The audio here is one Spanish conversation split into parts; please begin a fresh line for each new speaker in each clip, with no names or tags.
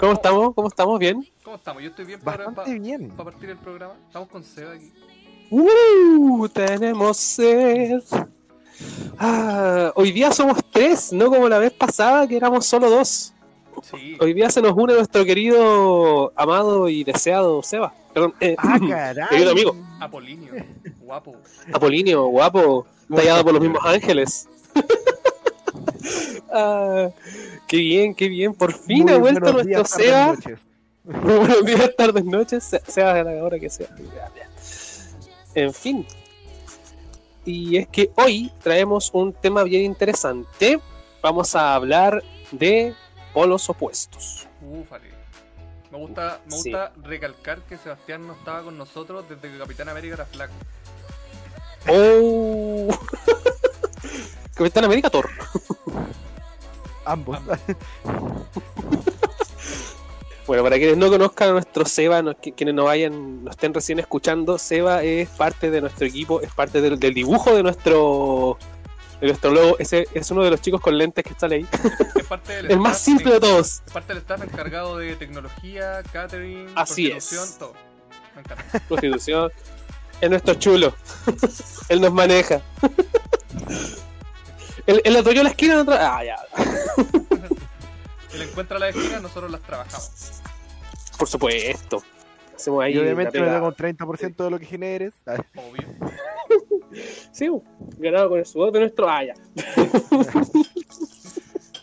¿Cómo estamos? ¿Cómo estamos? ¿Bien?
¿Cómo estamos? Yo estoy bien para,
Bastante bien.
para partir el programa. Estamos con Seba aquí.
¡Uh! Tenemos sed. Ah, hoy día somos tres, no como la vez pasada que éramos solo dos.
Sí.
Hoy día se nos une nuestro querido, amado y deseado Seba. Perdón, eh,
Ah, caray.
Querido amigo.
Apolinio. Guapo.
Apolinio, guapo, tallado por los mismos ángeles. Ah, qué bien, qué bien. Por fin
Muy
ha vuelto
buenos
nuestro
días, tardes,
Seba.
noches.
Muy buenos días, tardes, noches, se- sea a la hora que sea. En fin. Y es que hoy traemos un tema bien interesante. Vamos a hablar de polos opuestos.
Ufale. Me gusta, me
Sí.
gusta recalcar que Sebastián no estaba con nosotros desde que Capitán América era flaco.
¡Oh! Capitán América Thor.
Ambos.
Bueno, para quienes no conozcan a nuestro Seba, no- qui- quienes no vayan, no estén recién escuchando, Seba es parte de nuestro equipo, es parte del, del dibujo de nuestro de nuestro logo. Ese es uno de los chicos con lentes que está ahí.
Es parte del
El más
staff
simple de todos.
Es parte del staff encargado de tecnología, catering,
Así
prostitución,
es.
todo. Me encanta.
Constitución. Es nuestro chulo. Él nos maneja. Él, él atoló la esquina. nosotros- Ah, ya.
Él encuentra las esquinas, nosotros las trabajamos.
Por supuesto. Hacemos ahí.
Y obviamente
la
me
pega.
da con 30% de lo que generes. Ah,
Obvio.
Sí, ganado con el sudor de nuestro. Ah, ya.
No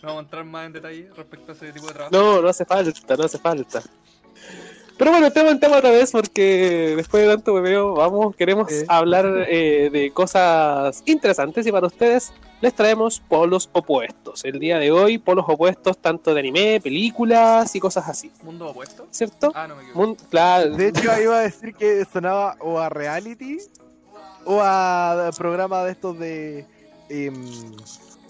vamos a entrar más en detalle respecto a ese tipo de trabajo.
No, no hace falta, no hace falta. Pero bueno, tema en tema otra vez, porque después de tanto bebeo, vamos, queremos
Eh.
hablar eh, de cosas interesantes y para ustedes les traemos polos opuestos. El día de hoy, polos opuestos tanto de anime, películas y cosas así,
¿Mundo opuesto?
¿cierto?
Ah, no me equivoco.
Mun- claro,
De hecho, iba a decir que sonaba o a reality o a programa de estos de. em,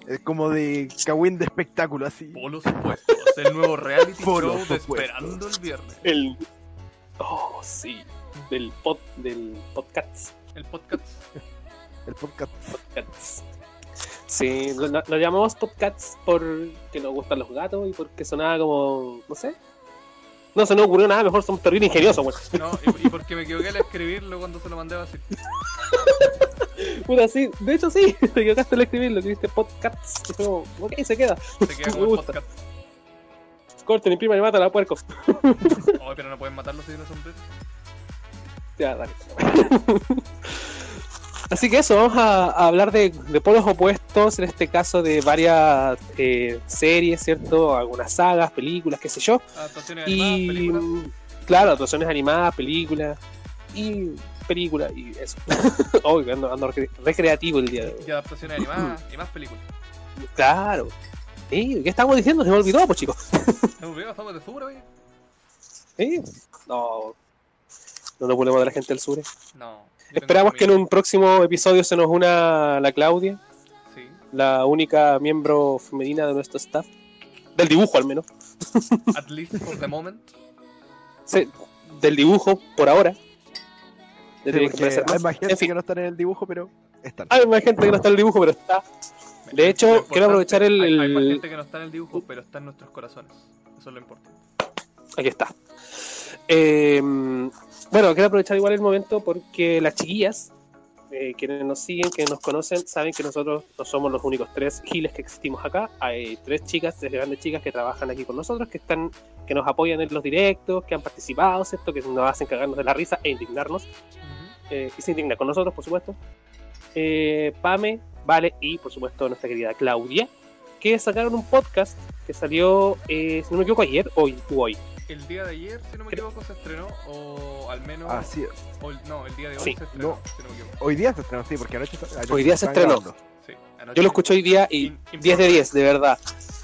eh, como de Kawin de espectáculo, así.
Polos opuestos. El nuevo reality
Polos
show de
opuestos.
Esperando el Viernes.
el... Oh, sí, del, pod, del podcast.
El podcast.
El podcast.
Cats. Sí, lo, lo- lo llamamos Podcasts porque nos gustan los gatos y porque sonaba como. no sé. No se nos ocurrió nada, mejor somos terrible ingeniosos, güey.
No, y, y porque me equivoqué al escribirlo cuando se lo mandé a decir.
Puta, sí, de hecho sí, te equivocaste al escribirlo, que viste Podcasts. Fue como, ok, se queda.
Se queda como
Me
el
gusta.
podcast.
Corten, impriman y mata la puerco.
Oh, pero no pueden matarlo si tiene sombrero.
Ya, dale. Así que eso, vamos a, a hablar de, de polos opuestos, en este caso de varias eh, series, ¿cierto? Algunas sagas, películas, qué sé yo.
Adaptaciones animadas,
y
películas.
claro, actuaciones animadas, películas y películas y eso. Hoy ando, ando recre- recreativo el día de hoy.
Y adaptaciones animadas y más películas.
Claro. Eh, ¿Qué estamos diciendo? Se me olvidó, pues chicos.
Estamos bien, estamos de sur, oye.
Eh, No. No nos volvemos de la gente del sur. eh.
No. yo tengo
Esperamos que en
comida.
un próximo episodio se nos una la Claudia,
Sí.
la única miembro femenina de nuestro staff. Del dibujo al menos.
At least for the moment.
Sí, del dibujo por ahora. Ya
Sí,
tiene que
porque
aparecer
hay
más.
más gente
En fin.
que no están en el dibujo, pero están.
Hay más gente que no está en el dibujo, pero está. De hecho,
Lo importante,
quiero aprovechar el-
Hay, hay más
el-
gente que no está en el dibujo, pero está en nuestros corazones. Eso es lo importante.
Aquí está. Eh, bueno, quiero aprovechar igual el momento porque las chiquillas, eh, quienes nos siguen, que nos conocen, saben que nosotros no somos los únicos tres giles que existimos acá. Hay tres chicas, tres grandes chicas que trabajan aquí con nosotros, que están, que nos apoyan en los directos, que han participado, ¿cierto? Que nos hacen cagarnos de la risa e indignarnos. eh, y se indignan con nosotros, por supuesto. Eh, Pame, Vale y, por supuesto, nuestra querida Claudia, que sacaron un podcast que salió, eh, si no me equivoco, ayer hoy, o hoy.
El día de ayer, si no me
Creo- Ah,
equivoco, se estrenó. O al menos.
Así es.
o el- no, el día de hoy
Sí.
se estrenó,
No.
si no me equivoco.
Hoy día se estrenó, sí, porque anoche. anoche
Hoy día se
estaban
estrenó.
grabando.
Sí, anoche-
Yo lo escuché hoy día y
In-
10 de 10, de verdad.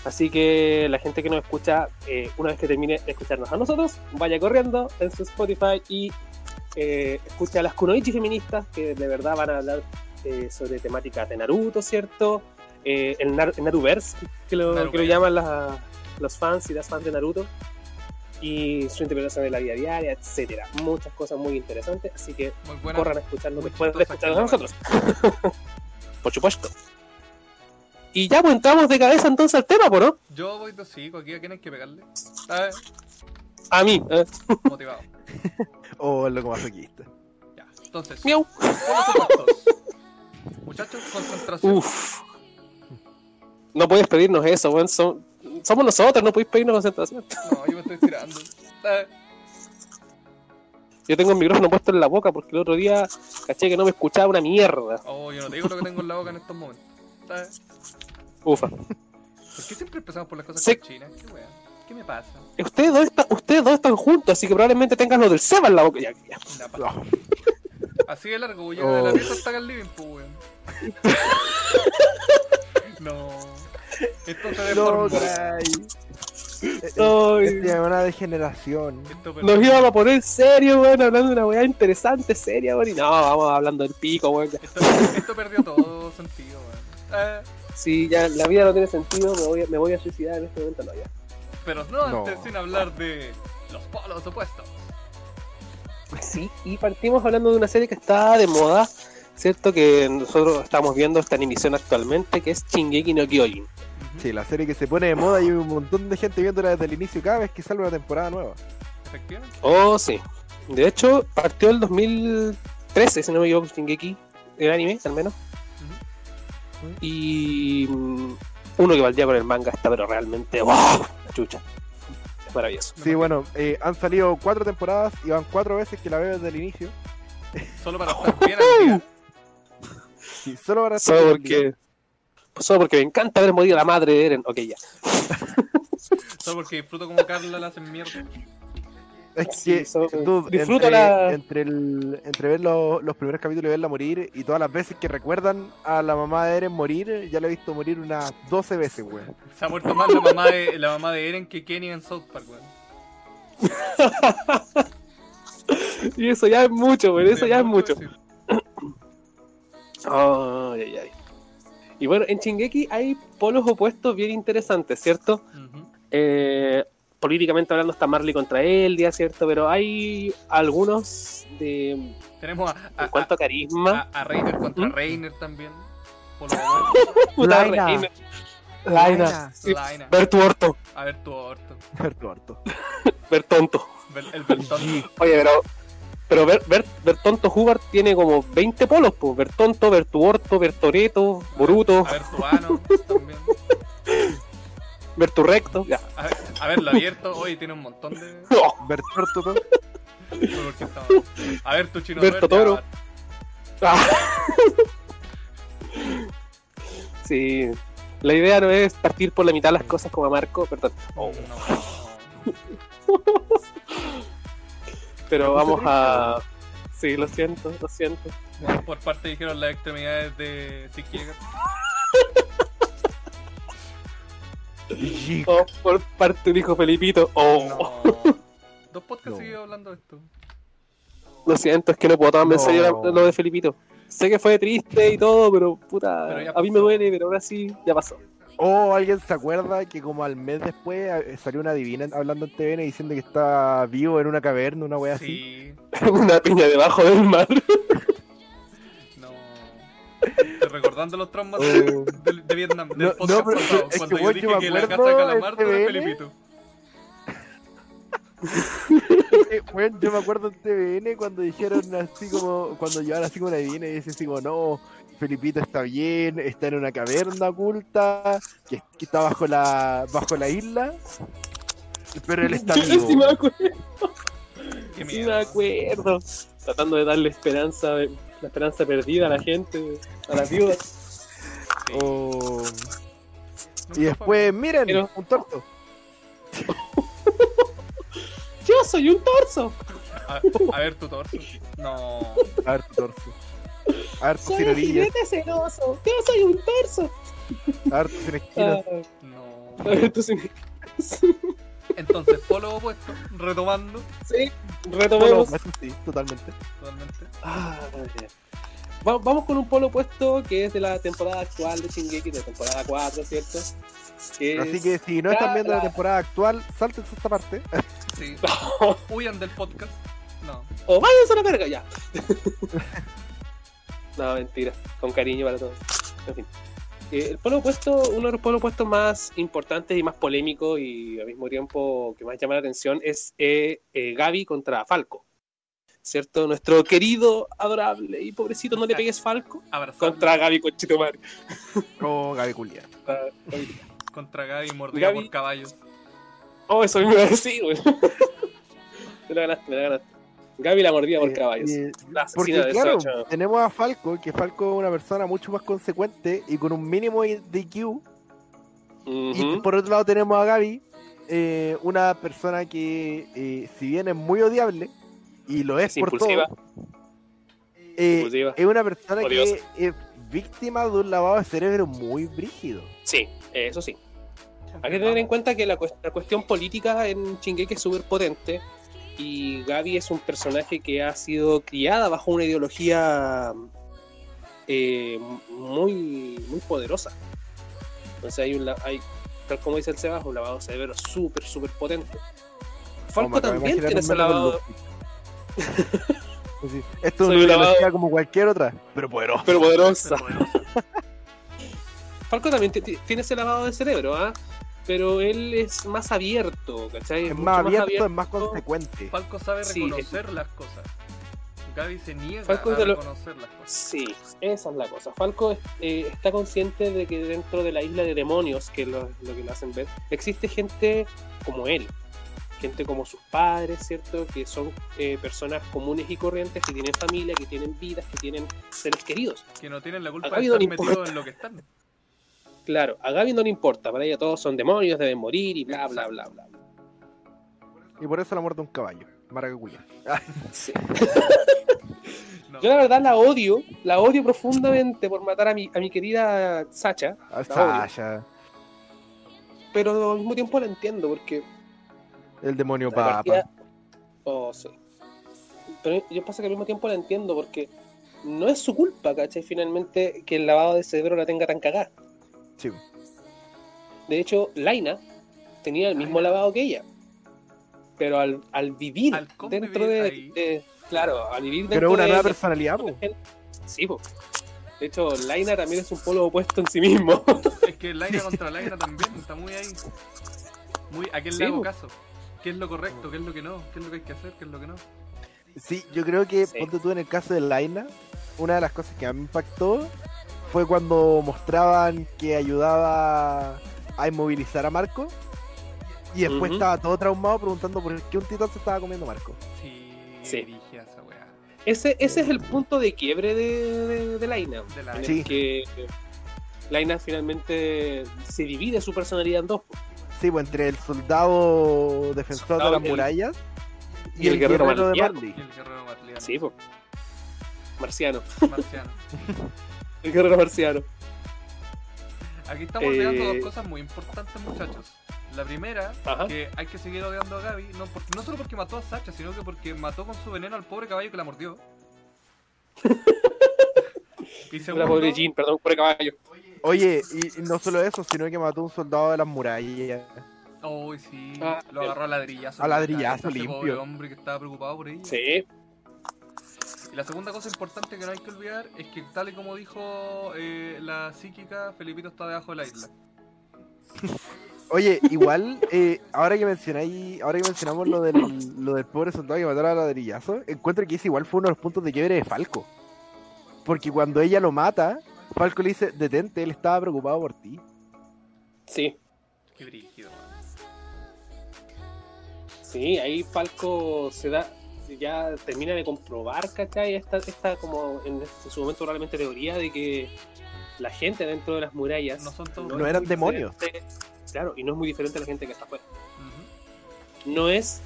Así que la gente que nos escucha, eh, una vez que termine de escucharnos a nosotros, vaya corriendo en su Spotify y eh, escucha a las kunoichi feministas, que de verdad van a hablar eh, sobre temáticas de Naruto, ¿cierto? Eh, el, Nar- el Naruverse, que lo, que lo
Naruverse.
llaman las- los fans y las fans de Naruto. Y su interpretación de la vida diaria, etcétera. Muchas cosas muy interesantes, así que
Muy buena.
corran a escucharnos
muy
después de
chistosa
escucharnos a
que
nosotros. Por supuesto. Y ya pues entramos de cabeza entonces al tema, ¿por no?
Yo voy de hocico aquí, ¿a quién hay que pegarle? A ver,
A mí. ¿eh?
Motivado.
O el Oh, loco masoquista.
Ya. Entonces,
Miau.
hola, supuestos. Muchachos, concentración.
Uf. No puedes pedirnos eso, weón. Som- somos nosotros, no podéis pedirnos concentración.
No, yo me estoy tirando. Eh,
Yo tengo el micrófono puesto en la boca porque el otro día caché que no me escuchaba una mierda.
Oh, yo no te digo lo que tengo en la boca en estos momentos. Eh,
Ufa.
¿Por qué siempre empezamos por las cosas
Sí.
cochinas? ¿Qué wea? ¿Qué me pasa?
Ustedes dos, están- ustedes dos están juntos, así que probablemente tengan lo del Seba en la boca. Ya, ya.
Una pa-
No.
Así de largo, voy a
Oh.
de la pieza hasta acá el living, pues weón. No. Esto se deformó.
No, caray. Eh, eh,
Ay,
Este es una degeneración.
Esto, pero-
nos íbamos a poner serio, weón, hablando de una weá interesante, seria, weón. Y no, vamos hablando del pico, weón. ya.
esto, esto perdió todo sentido, weón. Eh,
Si ya la vida no tiene sentido, me voy a, me voy a suicidar en este momento. No, ya.
pero no antes
No.
sin hablar de los polos opuestos.
Sí, y partimos hablando de una serie que está de moda, ¿cierto? Que nosotros estamos viendo, está en emisión actualmente, que es Shingeki no Kyojin.
Ujú,
Sí, la serie que se pone de moda y hay un montón de gente viéndola desde el inicio cada vez que sale una temporada nueva.
Efectivamente.
Oh, sí. De hecho, partió el 2013, si no me equivoco, Shingeki, el anime, al menos.
Ujú.
Y mm, uno que valdría con el manga está, pero realmente, ¡wow! Chucha. Es maravilloso.
No
Sí,
me-
bueno, eh, han salido cuatro temporadas y van cuatro veces que la veo desde el inicio.
Solo para estar bien al día.
Sí, solo para estar
Solo
en el día.
porque, solo porque me encanta haber morido la madre de Eren. Ok, ya.
Solo porque disfruto como Carla la hacen mierda.
Es
Sí,
que,
solo-
dude,
disfruto
entre,
la-
entre el- entre ver los, los primeros capítulos y verla morir y todas las veces que recuerdan a la mamá de Eren morir, ya la he visto morir unas 12 veces, weón.
Se ha muerto más la mamá de, la mamá de Eren que Kenny en South Park, weón.
Y eso ya es mucho, pero eso
Sí,
ya es
¿no?
mucho.
Sí.
Ay, ay, ay. Y bueno, en Shingeki hay polos opuestos bien interesantes, ¿cierto?
Ujú.
Eh, políticamente hablando está Marley contra Eldia, ¿cierto? Pero hay algunos de en
Tenemos a, a,
cuanto a
a,
carisma.
a- a Reiner contra
¿Mm?
Reiner también. Por lo
Puta
Laina.
reina. Laina.
Laina.
Sí.
Laina.
Ver tu orto,
A ver tu orto.
Harto, harto.
ver tonto.
Ver- El Bertón.
Oye, pero, pero ver, ver, ver tonto Hubbard tiene como 20 polos, pues. Ver tonto, ver tu orto, ver toreto, boruto,
A ver tu ano también.
ver tu recto. Ya.
A ver, a ver lo abierto. Hoy tiene un montón de.
Oh,
Ver harto, todo.
¿Por qué estaba? A ver tu chino
Ver Totoro. Ah. Sí. La idea no es partir por la mitad las cosas como a Marco, perdón.
Oh, no.
Pero
Me puse
vamos a. Sí, lo siento, lo siento.
Bueno, Por parte dijeron las extremidades de Sick Jagger.
GG.
Oh, por parte dijo Felipito. Oh,
No. Dos podcasts
No.
seguidos hablando de esto.
lo siento, es que no puedo tomarme en
No.
serio la- lo de Felipito. Sé que fue triste y todo, pero puta.
Pero ya
a mí me
pasó.
duele, pero ahora sí, ya pasó.
O Oh, alguien se acuerda que como al mes después eh, salió una divina hablando en TVN diciendo que está vivo en una caverna, una wea así.
Sí.
Una piña debajo del mar.
No. Estoy recordando los traumas
Oh.
de, de Vietnam, del
No,
podcast
no, pero
pasado,
es que,
cuando yo
weón, yo
dije
me
que la casa
acuerdo
de
en
calamar era de
TVN.
Felipito.
Eh, weón, yo me acuerdo en TVN cuando dijeron así como, cuando llevaban así como una divina y decían así como, no, Felipito está bien, está en una caverna oculta, que, que está bajo la, bajo la isla, pero él está
Yo
vivo.
sí me acuerdo.
Qué
Sí me
mierda.
acuerdo. Tratando de darle esperanza, eh, la esperanza perdida a la gente, a las viudas.
Oh.
Nunca
Y después, miren,
Pero-
un torto.
Yo soy un torso.
fue- A, a ver tu torso. No.
A ver tu torso. A ver tus
Soy
sin
un
orillas,
jinete celoso. Yo soy un torso.
a ver tus sin esquinas.
No.
Ah, a ver, tú sí me-
Entonces, polo opuesto, retomando
Sí, retomemos.
Bueno, Sí, totalmente.
totalmente.
Ah, muy bien. Va- Vamos con un polo opuesto que es de la temporada actual de Shingeki, de la temporada 4, ¿cierto? Que
Así
es-
que si no están
Ya,
viendo
la-
la temporada actual, salten esta parte.
Sí. Huyan del podcast. No.
¡O Oh, váyanse a la verga ya! no, mentira. Con cariño para todos. En fin. eh, el polo opuesto, uno de los polos opuestos más importantes y más polémicos y al mismo tiempo que más llama la atención es eh, eh, Gaby contra Falco. ¿Cierto? Nuestro querido, adorable y pobrecito, no le pegues Falco
Abrazado.
contra Gaby Conchetumare.
Como Gaby Culia.
Contra- Gaby.
Contra Gaby mordida
Gaby.
por caballos.
Oh, eso mismo iba a decir, güey. Me la ganaste, me la ganaste. Gaby la mordida por
Eh,
caballos.
eh,
La asesina
Porque
de
claro,
Sacha.
tenemos a Falco, que Falco es una persona mucho más consecuente y con un mínimo de IQ. Y
Ujú.
por otro lado tenemos a Gaby, eh, una persona que eh, si bien es muy odiable, y lo es,
Es
por
impulsiva.
todo, eh,
Impulsiva.
es una persona
Odiosa.
que es víctima de un lavado de cerebro muy brígido.
Sí, eh, eso sí. Hay que tener en cuenta que la, cues- la cuestión política en Shingeki es súper potente y Gaby es un personaje que ha sido criada bajo una ideología eh, muy, muy poderosa. Entonces hay un la- hay, tal como dice el Sebas, un lavado de cerebro súper, súper potente.
Como
Falco
Oh, acabo de
también
imaginar
tiene
un
ese
meme con
lavado,
Luffy. Así, Esto
Soy
es una
un lavado.
ideología como cualquier otra, pero poderosa.
pero poderosa.
Pero bueno,
Falco también ti- ti- tiene ese lavado de cerebro, ¿ah? Pero él es más abierto, ¿cachai?
Es
mucho
más abierto, es más consecuente.
Falco sabe
Sí,
reconocer las cosas. Gaby se niega
Falco
a
es de lo-
reconocer las cosas.
Sí, esa es la cosa. Falco eh, está consciente de que dentro de la isla de demonios, que es lo, lo que lo hacen ver, existe gente como él, gente como sus padres, ¿cierto? Que son eh, personas comunes y corrientes, que tienen familia, que tienen vidas, que tienen seres queridos.
Que no tienen la
A
culpa de
Gaby no
estar
le
metidos en lo que están.
Claro, a Gaby no le importa, para ella todos son demonios, deben morir y bla, bla, bla, bla. bla.
Y por eso la muerte de un caballo. Maraca culia.
Sí.
No.
Yo la verdad la odio, la odio profundamente por matar a mi, a mi querida Sacha,
Ah,
La odio.
Sasha,
pero al mismo tiempo la entiendo porque
el demonio
La
papa.
partida- Oh, sí. Pero yo pasa que al mismo tiempo la entiendo porque no es su culpa, ¿cachai? Finalmente que el lavado de cerebro la tenga tan cagada.
Sí.
De hecho, Laina tenía el
Ah,
mismo lavado que ella. Pero al, al vivir
Al convivir
dentro de,
ahí.
de- Claro, al vivir dentro
Pero una
de
nueva
ella-
personalidad, po.
Sí, po. De hecho, Laina también es un polo opuesto en sí mismo.
Es que Laina contra Laina también está muy ahí. Muy, ¿A quién
Sí, pues.
le hago
bo.
caso? ¿Qué es lo correcto? ¿Qué es lo que no? ¿Qué es lo que hay que hacer? ¿Qué es lo que no?
Sí, yo creo que,
Sí.
ponte tú en el caso de Laina, una de las cosas que a mí me impactó fue cuando mostraban que ayudaba a inmovilizar a Marco y después
Ujú.
estaba todo traumado preguntando por qué un titán se estaba comiendo a Marco.
Sí,
Sí.
dije a esa weá.
Ese, ese es el punto de quiebre de, de, de Laina.
De la-
en el
Sí.
que eh, Laina finalmente se divide su personalidad en dos. po.
Sí, pues entre el soldado defensor
Soldado,
de las
el-
murallas
y el guerrero
de
marciano.
Y
Marley.
el guerrero marciano.
Sí, po. Marciano.
marciano.
El guerrero marciano.
Aquí estamos
Eh,
olvidando dos cosas muy importantes, muchachos. La primera,
Ajá.
que hay que seguir odiando a Gaby, no, por- no solo porque mató a Sacha, sino que porque mató con su veneno al pobre caballo que la mordió. y
Una pobre Jean, perdón, por el caballo.
Oye, y y no solo eso, sino que mató a un soldado de las murallas.
Oh, sí.
Ah,
lo agarró a ladrillazo.
A ladrillazo,
Ese
limpio.
pobre hombre que estaba preocupado por ella.
Sí,
Y la segunda cosa importante que no hay que olvidar es que, tal y como dijo eh, la psíquica, Felipito está debajo de la isla.
Oye, igual, eh, ahora que mencionáis, ahora que mencionamos lo del, lo del pobre soldado que mató a ladrillazo, encuentro que ese igual fue uno de los puntos de quiebre de Falco. Porque cuando ella lo mata, Falco le dice, detente, él estaba preocupado por ti.
sí.
Qué brígido. man.
Sí, ahí Falco se da, ya termina de comprobar, ¿cachai? Esta, esta como en, este- en su momento realmente teoría de que la gente dentro de las murallas
No son todos-
es
No eran
muy
demonios.
diferente- Claro, y no es muy diferente a la gente que está afuera.
Ujú.
No es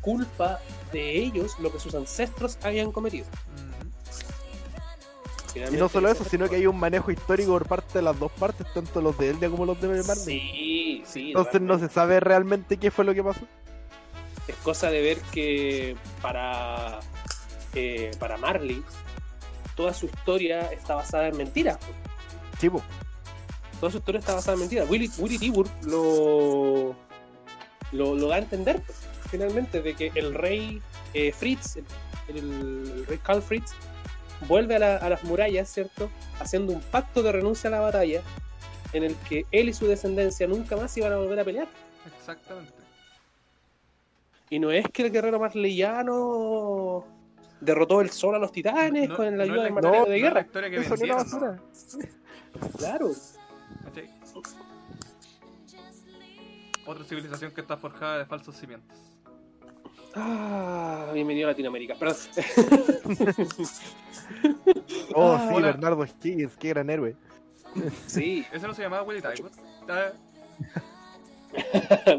culpa de ellos lo que sus ancestros habían cometido.
Ujú.
Y no solo eso, sino que hay un manejo histórico por parte de las dos partes, tanto los de Eldia como los de Marley.
Sí, sí.
Entonces no se sabe realmente qué fue lo que pasó.
es cosa de ver que para, eh, para Marley toda su historia está basada en mentiras. pues. po.
Chivo,
Toda su historia está basada en mentiras. Willy, Willy Tibur lo, lo, lo da a entender po, finalmente de que el rey eh, Fritz, el, el rey Carl Fritz, vuelve a, la- a las murallas, ¿cierto? Haciendo un pacto de renuncia a la batalla en el que él y su descendencia nunca más iban a volver a pelear.
Exactamente.
Y no es que el guerrero marleyano derrotó el sol a los titanes
No-
con
no
la
es
ayuda del
historia-
martillo
no
de
es la
guerra.
historia que
Eso no era
vendieron,
basura.
Claro.
¿Cachai? Otra civilización que está forjada de falsos cimientos.
Ah, bienvenido a Latinoamérica. Perdón.
Oh,
Ah,
sí,
hola.
Bernardo Higgins, qué gran héroe.
Sí,
Ese no se llamaba Willy Tiger. Ah,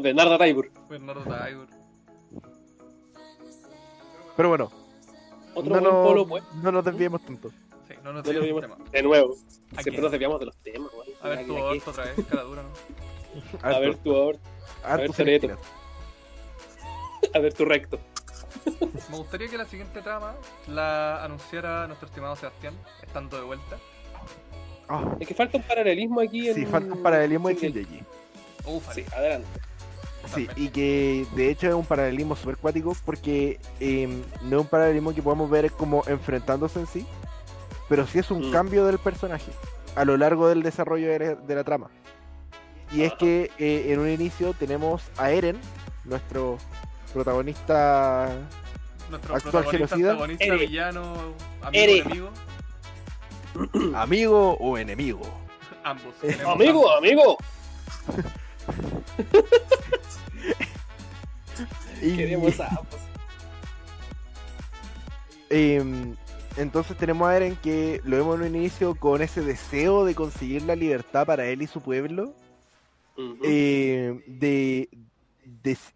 Bernardo Taibur.
Bernardo Tiger.
Pero bueno,
Otro
no,
buen
nos-
polo, pues.
no nos desviemos tanto.
Sí,
No
no nos
lo
desviamos
vimos.
del tema.
De nuevo.
Aquí.
Siempre nos desviamos de los temas, güey.
A ver
Aquí,
tu
aquí.
orto otra vez, cara dura, ¿no?
A ver tu aorta, a ver,
harto
Toreto.
Celestina.
a ver tu recto.
Me gustaría que la siguiente trama la anunciara nuestro estimado Sebastián, estando de vuelta.
Ah,
Es que falta un paralelismo aquí.
sí,
en-
falta un paralelismo en
Sí,
Shingeki.
Ufale.
Sí, adelante.
Sí, y que de hecho es un paralelismo súper cuático porque eh, no es un paralelismo que podamos ver como enfrentándose en sí, pero sí es un
Mm.
cambio del personaje a lo largo del desarrollo de la, de la trama. Y
Ah.
es que eh, en un inicio tenemos a Eren, nuestro protagonista
Nuestro
Actual
protagonista,
genocida.
antagonista,
Ere.
villano, amigo,
Ere.
enemigo.
amigo o enemigo.
Ambos. Tenemos
Eh,
Amigo,
ambos.
amigo.
Y-
Queremos a ambos.
Em, entonces tenemos a Eren que lo vemos en un inicio con ese deseo de conseguir la libertad para él y su pueblo.
Ujú.
eh, de, de s-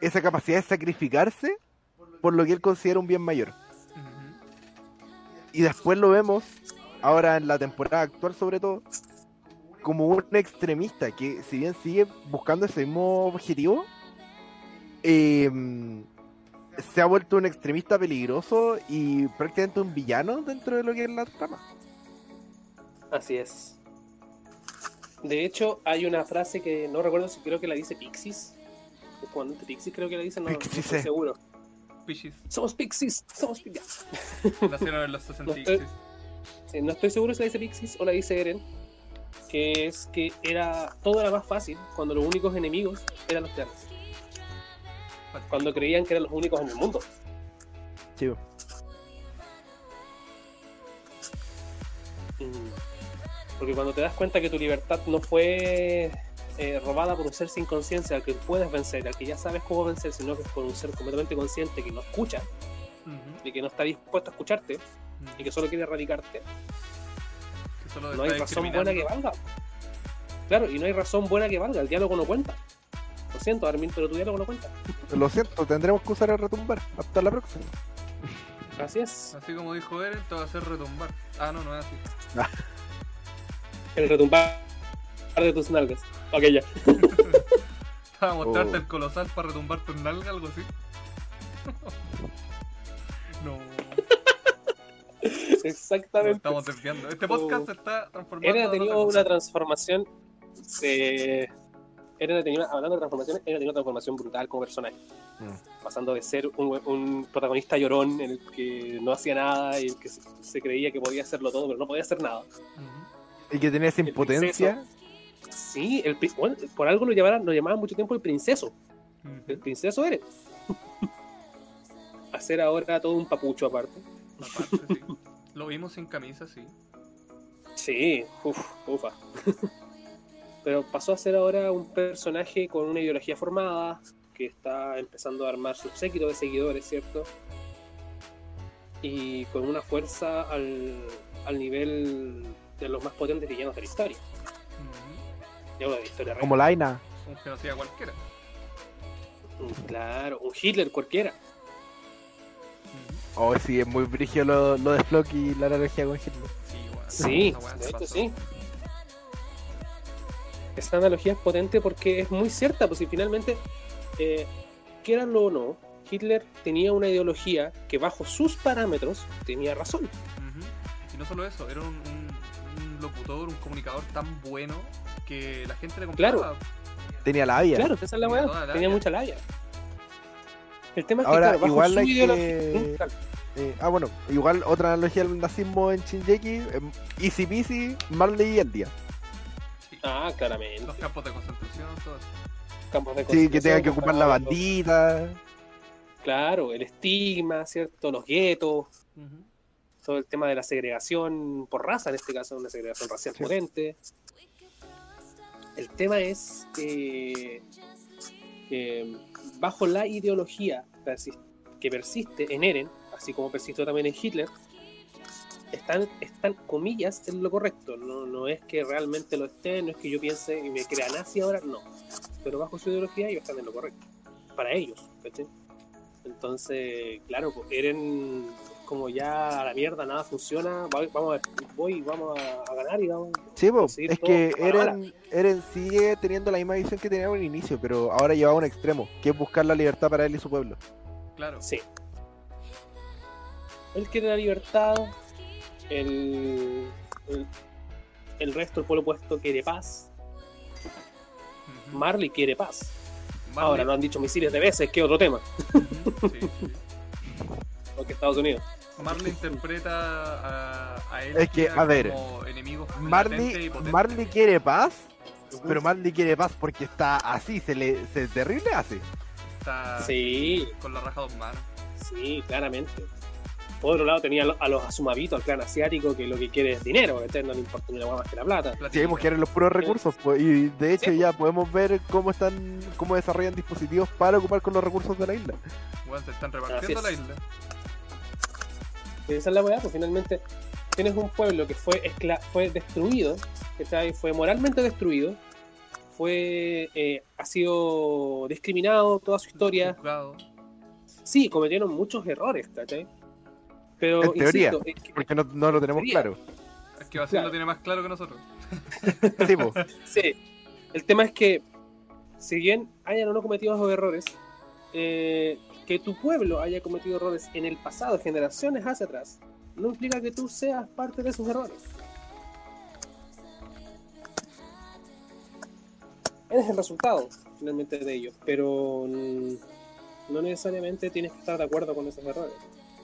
esa capacidad de sacrificarse por lo que él considera un bien mayor.
Ujú.
Y después lo vemos, ahora en la temporada actual sobre todo, como un extremista que si bien sigue buscando ese mismo objetivo, em, se ha vuelto un extremista peligroso y prácticamente un villano dentro de lo que es la trama.
Así es. De hecho, hay una frase que no recuerdo si creo que la dice Pixis. El comandante Pixis creo que la dice, no, no
Pixis,
estoy
eh.
seguro.
Pichis.
Somos Pixis, somos Pixis.
Nacieron en los 60
No estoy- Sí, no estoy seguro si la dice Pixis o la dice Eren. Que es que era todo era más fácil cuando los únicos enemigos eran los titanes. Cuando creían que eran los únicos en el mundo.
Chivo.
Mm. Porque cuando te das cuenta que tu libertad no fue eh, robada por un ser sin conciencia al que puedes vencer, al que ya sabes cómo vencer, sino que es por un ser completamente consciente que no escucha,
Ujú.
de que no está dispuesto a escucharte y que solo quiere erradicarte,
Que solo
no hay
está
razón
discriminando.
buena que valga. Claro, y no hay razón buena que valga, el diálogo no cuenta. Lo siento, Armin, pero tu diálogo no cuenta.
Lo siento, tendremos que usar el retumbar. Hasta la próxima.
Así es.
Así como dijo Eren, te va a hacer retumbar. Ah, no, no es así.
El retumbar de tus nalgas. Ok, ya.
Te va a mostrarte
Oh.
el colosal para retumbar tu nalga, algo así. no. Nos
Exactamente.
estamos desviando. Este podcast se está transformando.
Eren ha
en
tenido
otra
una transformación. eh, Eren ha tenido, hablando de transformaciones, Eren ha tenido una transformación brutal como personaje.
Mm.
Pasando de ser un, un protagonista llorón en el que no hacía nada y el que se, se creía que podía hacerlo todo, pero no podía hacer nada.
cosa. Ujú.
Y que tenía esa
El
impotencia.
Sí, el, pri- bueno, por algo lo llamaban, lo llamaban mucho tiempo el princeso.
Ujú.
El princeso Eren. Hacer ahora todo un papucho aparte.
Aparte, sí. Lo vimos sin camisa, sí.
Sí, uf, ufa. Pero pasó a ser ahora un personaje con una ideología formada, que está empezando a armar su séquito de seguidores, ¿cierto? Y con una fuerza al, al nivel de los más potentes villanos de la historia.
Ujú.
Yo de la historia real.
Como Laina.
Un genocida cualquiera.
Mm, Claro, un Hitler cualquiera.
Ujú.
Oh, sí, es muy brígido lo, lo de Flock y la analogía con Hitler.
Sí, weón.
Sí,
Esa weá
de
se
hecho
pasó.
sí. Esa analogía es potente porque es muy cierta, pues si finalmente, eh, quieranlo o no, Hitler tenía una ideología que bajo sus parámetros tenía razón.
Ujú. Y no solo eso, era un, un- un locutor, un comunicador tan bueno que la gente le
Claro.
compraba.
Tenía labia.
Claro, esa es la
Tenía
weá,
toda la
tenía
labia.
mucha labia. El tema es que,
Ahora,
claro, bajo
igual
su
hay que-
ideología... Claro,
Eh, ah, bueno, igual otra analogía al nazismo en Shinjeki. em, easy peasy, Marley y el día.
Ah, claramente.
Los campos de concentración, todo eso.
Campos de
Sí, que
concentración,
tenga que
los
ocupar la
campos-
bandita.
Claro, el estigma, ¿cierto? Los guetos,
Ujú.
todo el tema de la segregación por raza, en este caso, una segregación racial
Sí.
potente. El tema es que, que bajo la ideología persi- que persiste en Eren, así como persistió también en Hitler, están, están comillas en lo correcto. No, no es que realmente lo estén, no es que yo piense y me crea nazi ahora, no. Pero bajo su ideología ellos están en lo correcto. Para ellos, ¿cachai? Entonces, claro, pues, Eren como ya a la mierda, nada funciona, va- vamos a, voy, vamos a, a ganar y vamos
Sí, po,
Conseguir
es
todo
que
a la
Eren, Eren sigue teniendo la misma visión que tenía en el inicio, pero ahora lleva a un extremo, que es buscar la libertad para él y su pueblo.
Claro.
Sí. Él quiere la libertad, el, el, el resto del pueblo opuesto quiere paz,
Ujú.
Marley quiere paz.
Marley-
Ahora lo han dicho misiles de veces, que es otro tema,
Ujú, sí, sí.
porque Estados Unidos.
Marley interpreta a, a él
Es que, a ver,
como enemigos latentes y
Marley,
potentes.
Marley quiere paz, pero Marley quiere paz porque está así, se le se terrible hace.
Está
Sí,
con la raja dos manos.
sí, claramente. Por otro lado tenía a lo- a los asumabitos, al clan asiático, que lo que quiere es dinero, que no le importa ni la guapa más que la plata.
Platillo.
Tenemos que eran los puros recursos, pues, y de hecho
Sí,
ya podemos ver cómo están cómo desarrollan dispositivos para ocupar con los recursos de la isla.
Weón, se están repartiendo
Así
la
es.
isla.
Y esa es la weá, pues finalmente tienes un pueblo que fue, escla- fue destruido, ¿cachai? fue moralmente destruido, fue eh, ha sido discriminado toda su historia.
Juzgado.
Sí, cometieron muchos errores, ¿cachai? Pero
En teoría.
insisto, es que-
Porque no, no lo tenemos
Sería.
claro.
Es que Basil
Claro.
lo tiene más claro que nosotros.
Sí, po.
Sí. El tema es que, si bien hayan o no cometido esos errores, eh, que tu pueblo haya cometido errores en el pasado, generaciones hacia atrás, no implica que tú seas parte de esos errores. Eres el resultado, finalmente, de ellos, pero mm, no necesariamente tienes que estar de acuerdo con esos errores.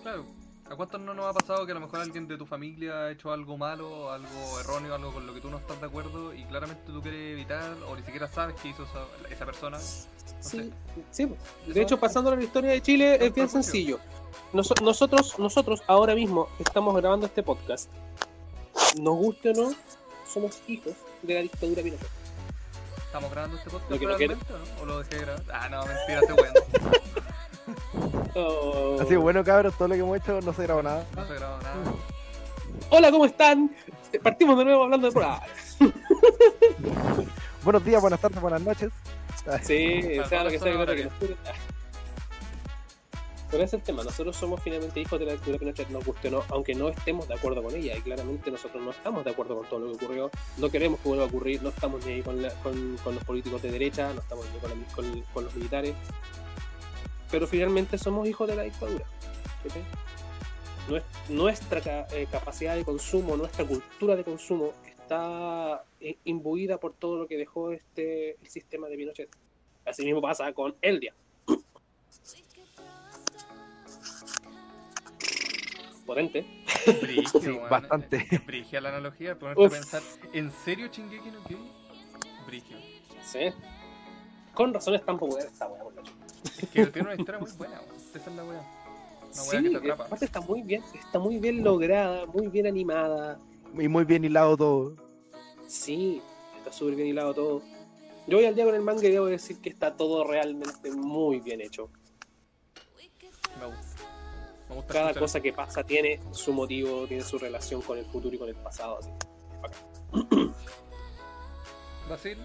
Claro. ¿A cuántos no nos ha pasado que a lo mejor alguien de tu familia ha hecho algo malo, algo erróneo, algo con lo que tú no estás de acuerdo y claramente tú quieres evitar o ni siquiera sabes qué hizo esa, esa persona?
Sí,
sé.
sí. De hecho, pasando a la historia de Chile es bien sencillo. Nos- nosotros, nosotros ahora mismo que estamos grabando este podcast. Nos guste o no, somos hijos de la dictadura militar.
¿Estamos grabando este podcast
Lo que no
realmente o no? ¿O lo dejé de grabar? Ah, no, mentira, este weón.
Oh.
Así que bueno, cabros, todo lo que hemos hecho no se grabó nada.
No se grabó nada.
Hola, ¿cómo están? Partimos de nuevo hablando de prueba.
Buenos días, buenas tardes, buenas noches.
Sí,
Claro,
sea lo que
eso
sea,
no
claro que
varía.
nos cure. Pero ese es el tema, nosotros somos finalmente hijos de la dictadura Pinochet, nos guste o no, aunque no estemos de acuerdo con ella, y claramente nosotros no estamos de acuerdo con todo lo que ocurrió, no queremos que vuelva a ocurrir, no estamos ni ahí con, la- con- con los políticos de derecha, no estamos ni con, la- con- con los militares, pero finalmente somos hijos de la dictadura. ¿cachai? Nues- Nuestra ca- eh, capacidad de consumo, nuestra cultura de consumo está eh, imbuida por todo lo que dejó este el sistema de Pinochet. Así mismo pasa con Eldia. Potente.
Brígido,
Sí,
weón.
bastante.
Es Brígida la analogía, ponerte a
Uf.
pensar, ¿en serio Chingeki no Kyojin? Brígido.
Sí. Con razones tan populares esta weá, por la chucha.
Es que tiene una historia muy buena, weón. Esa es la weá. Una weá
Sí,
que te
eh,
atrapa.
aparte está muy bien, está muy bien lograda, muy bien animada.
Y muy bien hilado todo.
Sí, está súper bien hilado todo. Yo voy al día con el manga y debo decir que está todo realmente muy bien hecho.
Me gusta. Me gusta
Cada
escuchar-
cosa que pasa tiene su motivo, tiene su relación con el futuro y con el pasado. Así.
Basil,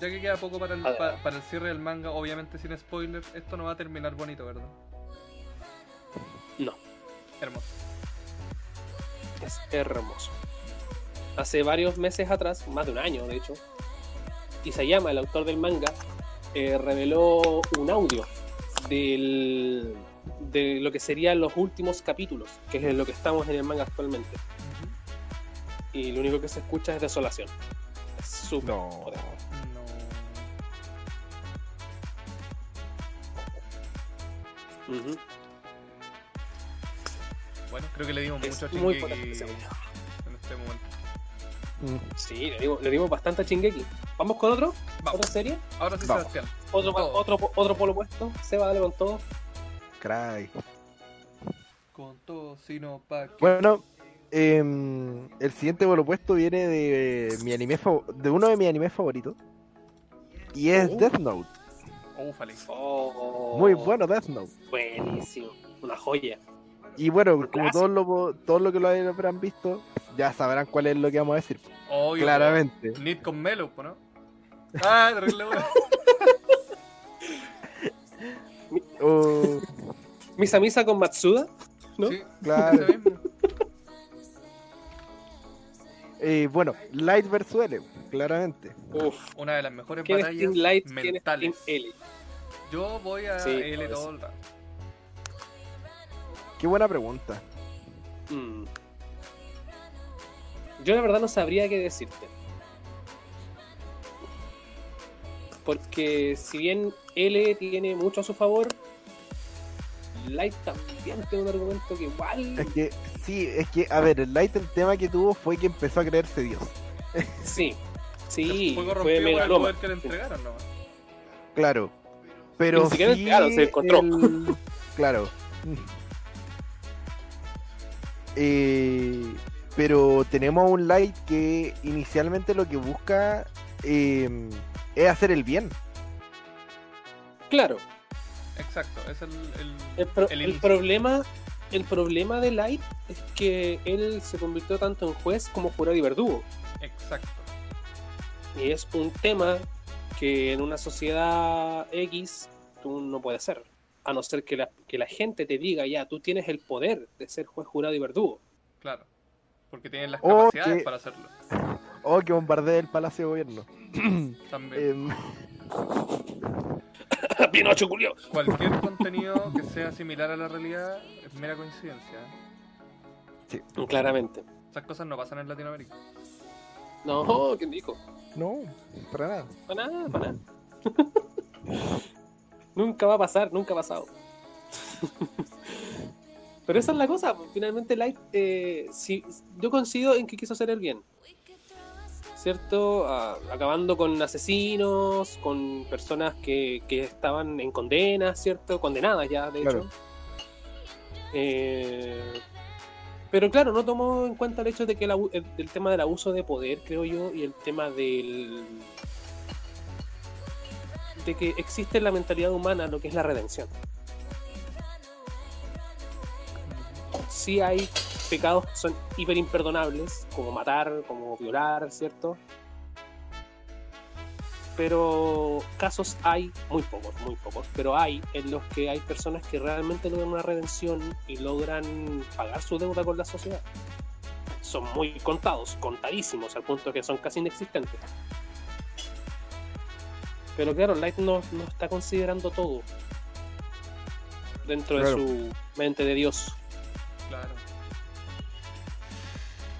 ya que queda poco para el,
A ver.
pa- para el cierre del manga, obviamente sin spoilers, esto no va a terminar bonito, ¿verdad?
No.
Hermoso.
Es hermoso. Hace varios meses atrás, más de un año de hecho, Isayama, el autor del manga, eh, reveló un audio del- de lo que serían los últimos capítulos, que es en lo que estamos en el manga actualmente. Y lo único que se escucha es desolación. Es súper.
No.
No.
Ujú.
Bueno, creo que le dimos
Es
mucho a
muy
Shingeki
potente ese audio.
en este momento.
Sí, le dimos, le dimos bastante a Chingeki. ¿Vamos con otro?
Vamos,
¿Otra serie?
ahora sí,
Vamos.
Sebastián.
¿Otro,
Con todo.
otro, otro polo puesto? Se va a darle con todo.
Cray.
Con todo, sino pa' que-
Bueno, em, el siguiente por lo puesto viene de mi anime favo- de uno de mis animes favoritos. Y es
Oh.
Death Note.
Ufale.
Oh,
Muy bueno Death Note.
Buenísimo. Una joya.
Y bueno, como
Clásico.
todos lo, todos los que lo habrán visto, ya sabrán cuál es lo que vamos a decir.
Obvio,
Claramente.
Nid con Melo, po, ¿no? Ah, terrible, bueno.
Oh,
Misa Misa con Matsuda. ¿No?
Sí,
claro.
ese mismo.
Eh, bueno, Light versus L, claramente.
Uf.
Una de las mejores
¿Quién es
batallas
Team Light? ¿Quién es Team
mentales.
L?
Yo voy a
Sí,
L
parece.
todo el rato.
Qué buena pregunta.
Mm. Yo la verdad no sabría qué decirte. Porque si bien L tiene mucho a su favor, Light también tiene un argumento que igual...
Es que, sí, es que, a ver, el Light el tema que tuvo fue que empezó a creerse Dios.
Sí,
El
sí,
juego rompido
fue
por el
megaloma.
poder que le entregaron, ¿no?
Claro. Pero
Ni siquiera
sí,
claro, se encontró.
el- Claro. Eh, pero tenemos a un Light que inicialmente lo que busca eh, es hacer el bien.
Claro,
Exacto, es el. el...
el, pro-
El
el
inicio.
problema, el problema de Light es que él se convirtió tanto en juez como jurado y verdugo.
Exacto.
Y es un tema que en una sociedad X tú no puedes ser. A no ser que la, que la gente te diga, ya, tú tienes el poder de ser juez, jurado y verdugo.
Claro. Porque tienen las
O
capacidades
que-
para hacerlo.
Oh, que bombardea el Palacio de Gobierno.
eh,
También.
Em,
Pinocho, Julio.
Cualquier contenido que sea similar a la realidad es mera coincidencia. ¿eh?
Claramente.
Esas cosas no pasan en Latinoamérica.
No, ¿quién dijo?
no, para nada.
Para nada, para nada. nunca va a pasar, nunca ha pasado. Pero esa es la cosa, pues, finalmente Light, eh, si, yo coincido en que quiso hacer el bien, ¿cierto? Ah, acabando con asesinos, con personas que, que estaban en condena, ¿cierto? Condenadas ya, de
Claro.
hecho. Eh, pero claro, no tomó en cuenta el hecho de que el, abu- el- el tema del abuso de poder, creo yo, y el tema del de que existe en la mentalidad humana lo que es la redención. Sí hay pecados que son hiper imperdonables, como matar, como violar, ¿cierto? Pero casos hay, muy pocos, muy pocos, pero hay en los que hay personas que realmente logran una redención y logran pagar su deuda con la sociedad. Son muy contados, contadísimos, al punto que son casi inexistentes. Pero claro, Light no, no está considerando todo dentro
Claro.
de su mente de Dios.
Claro.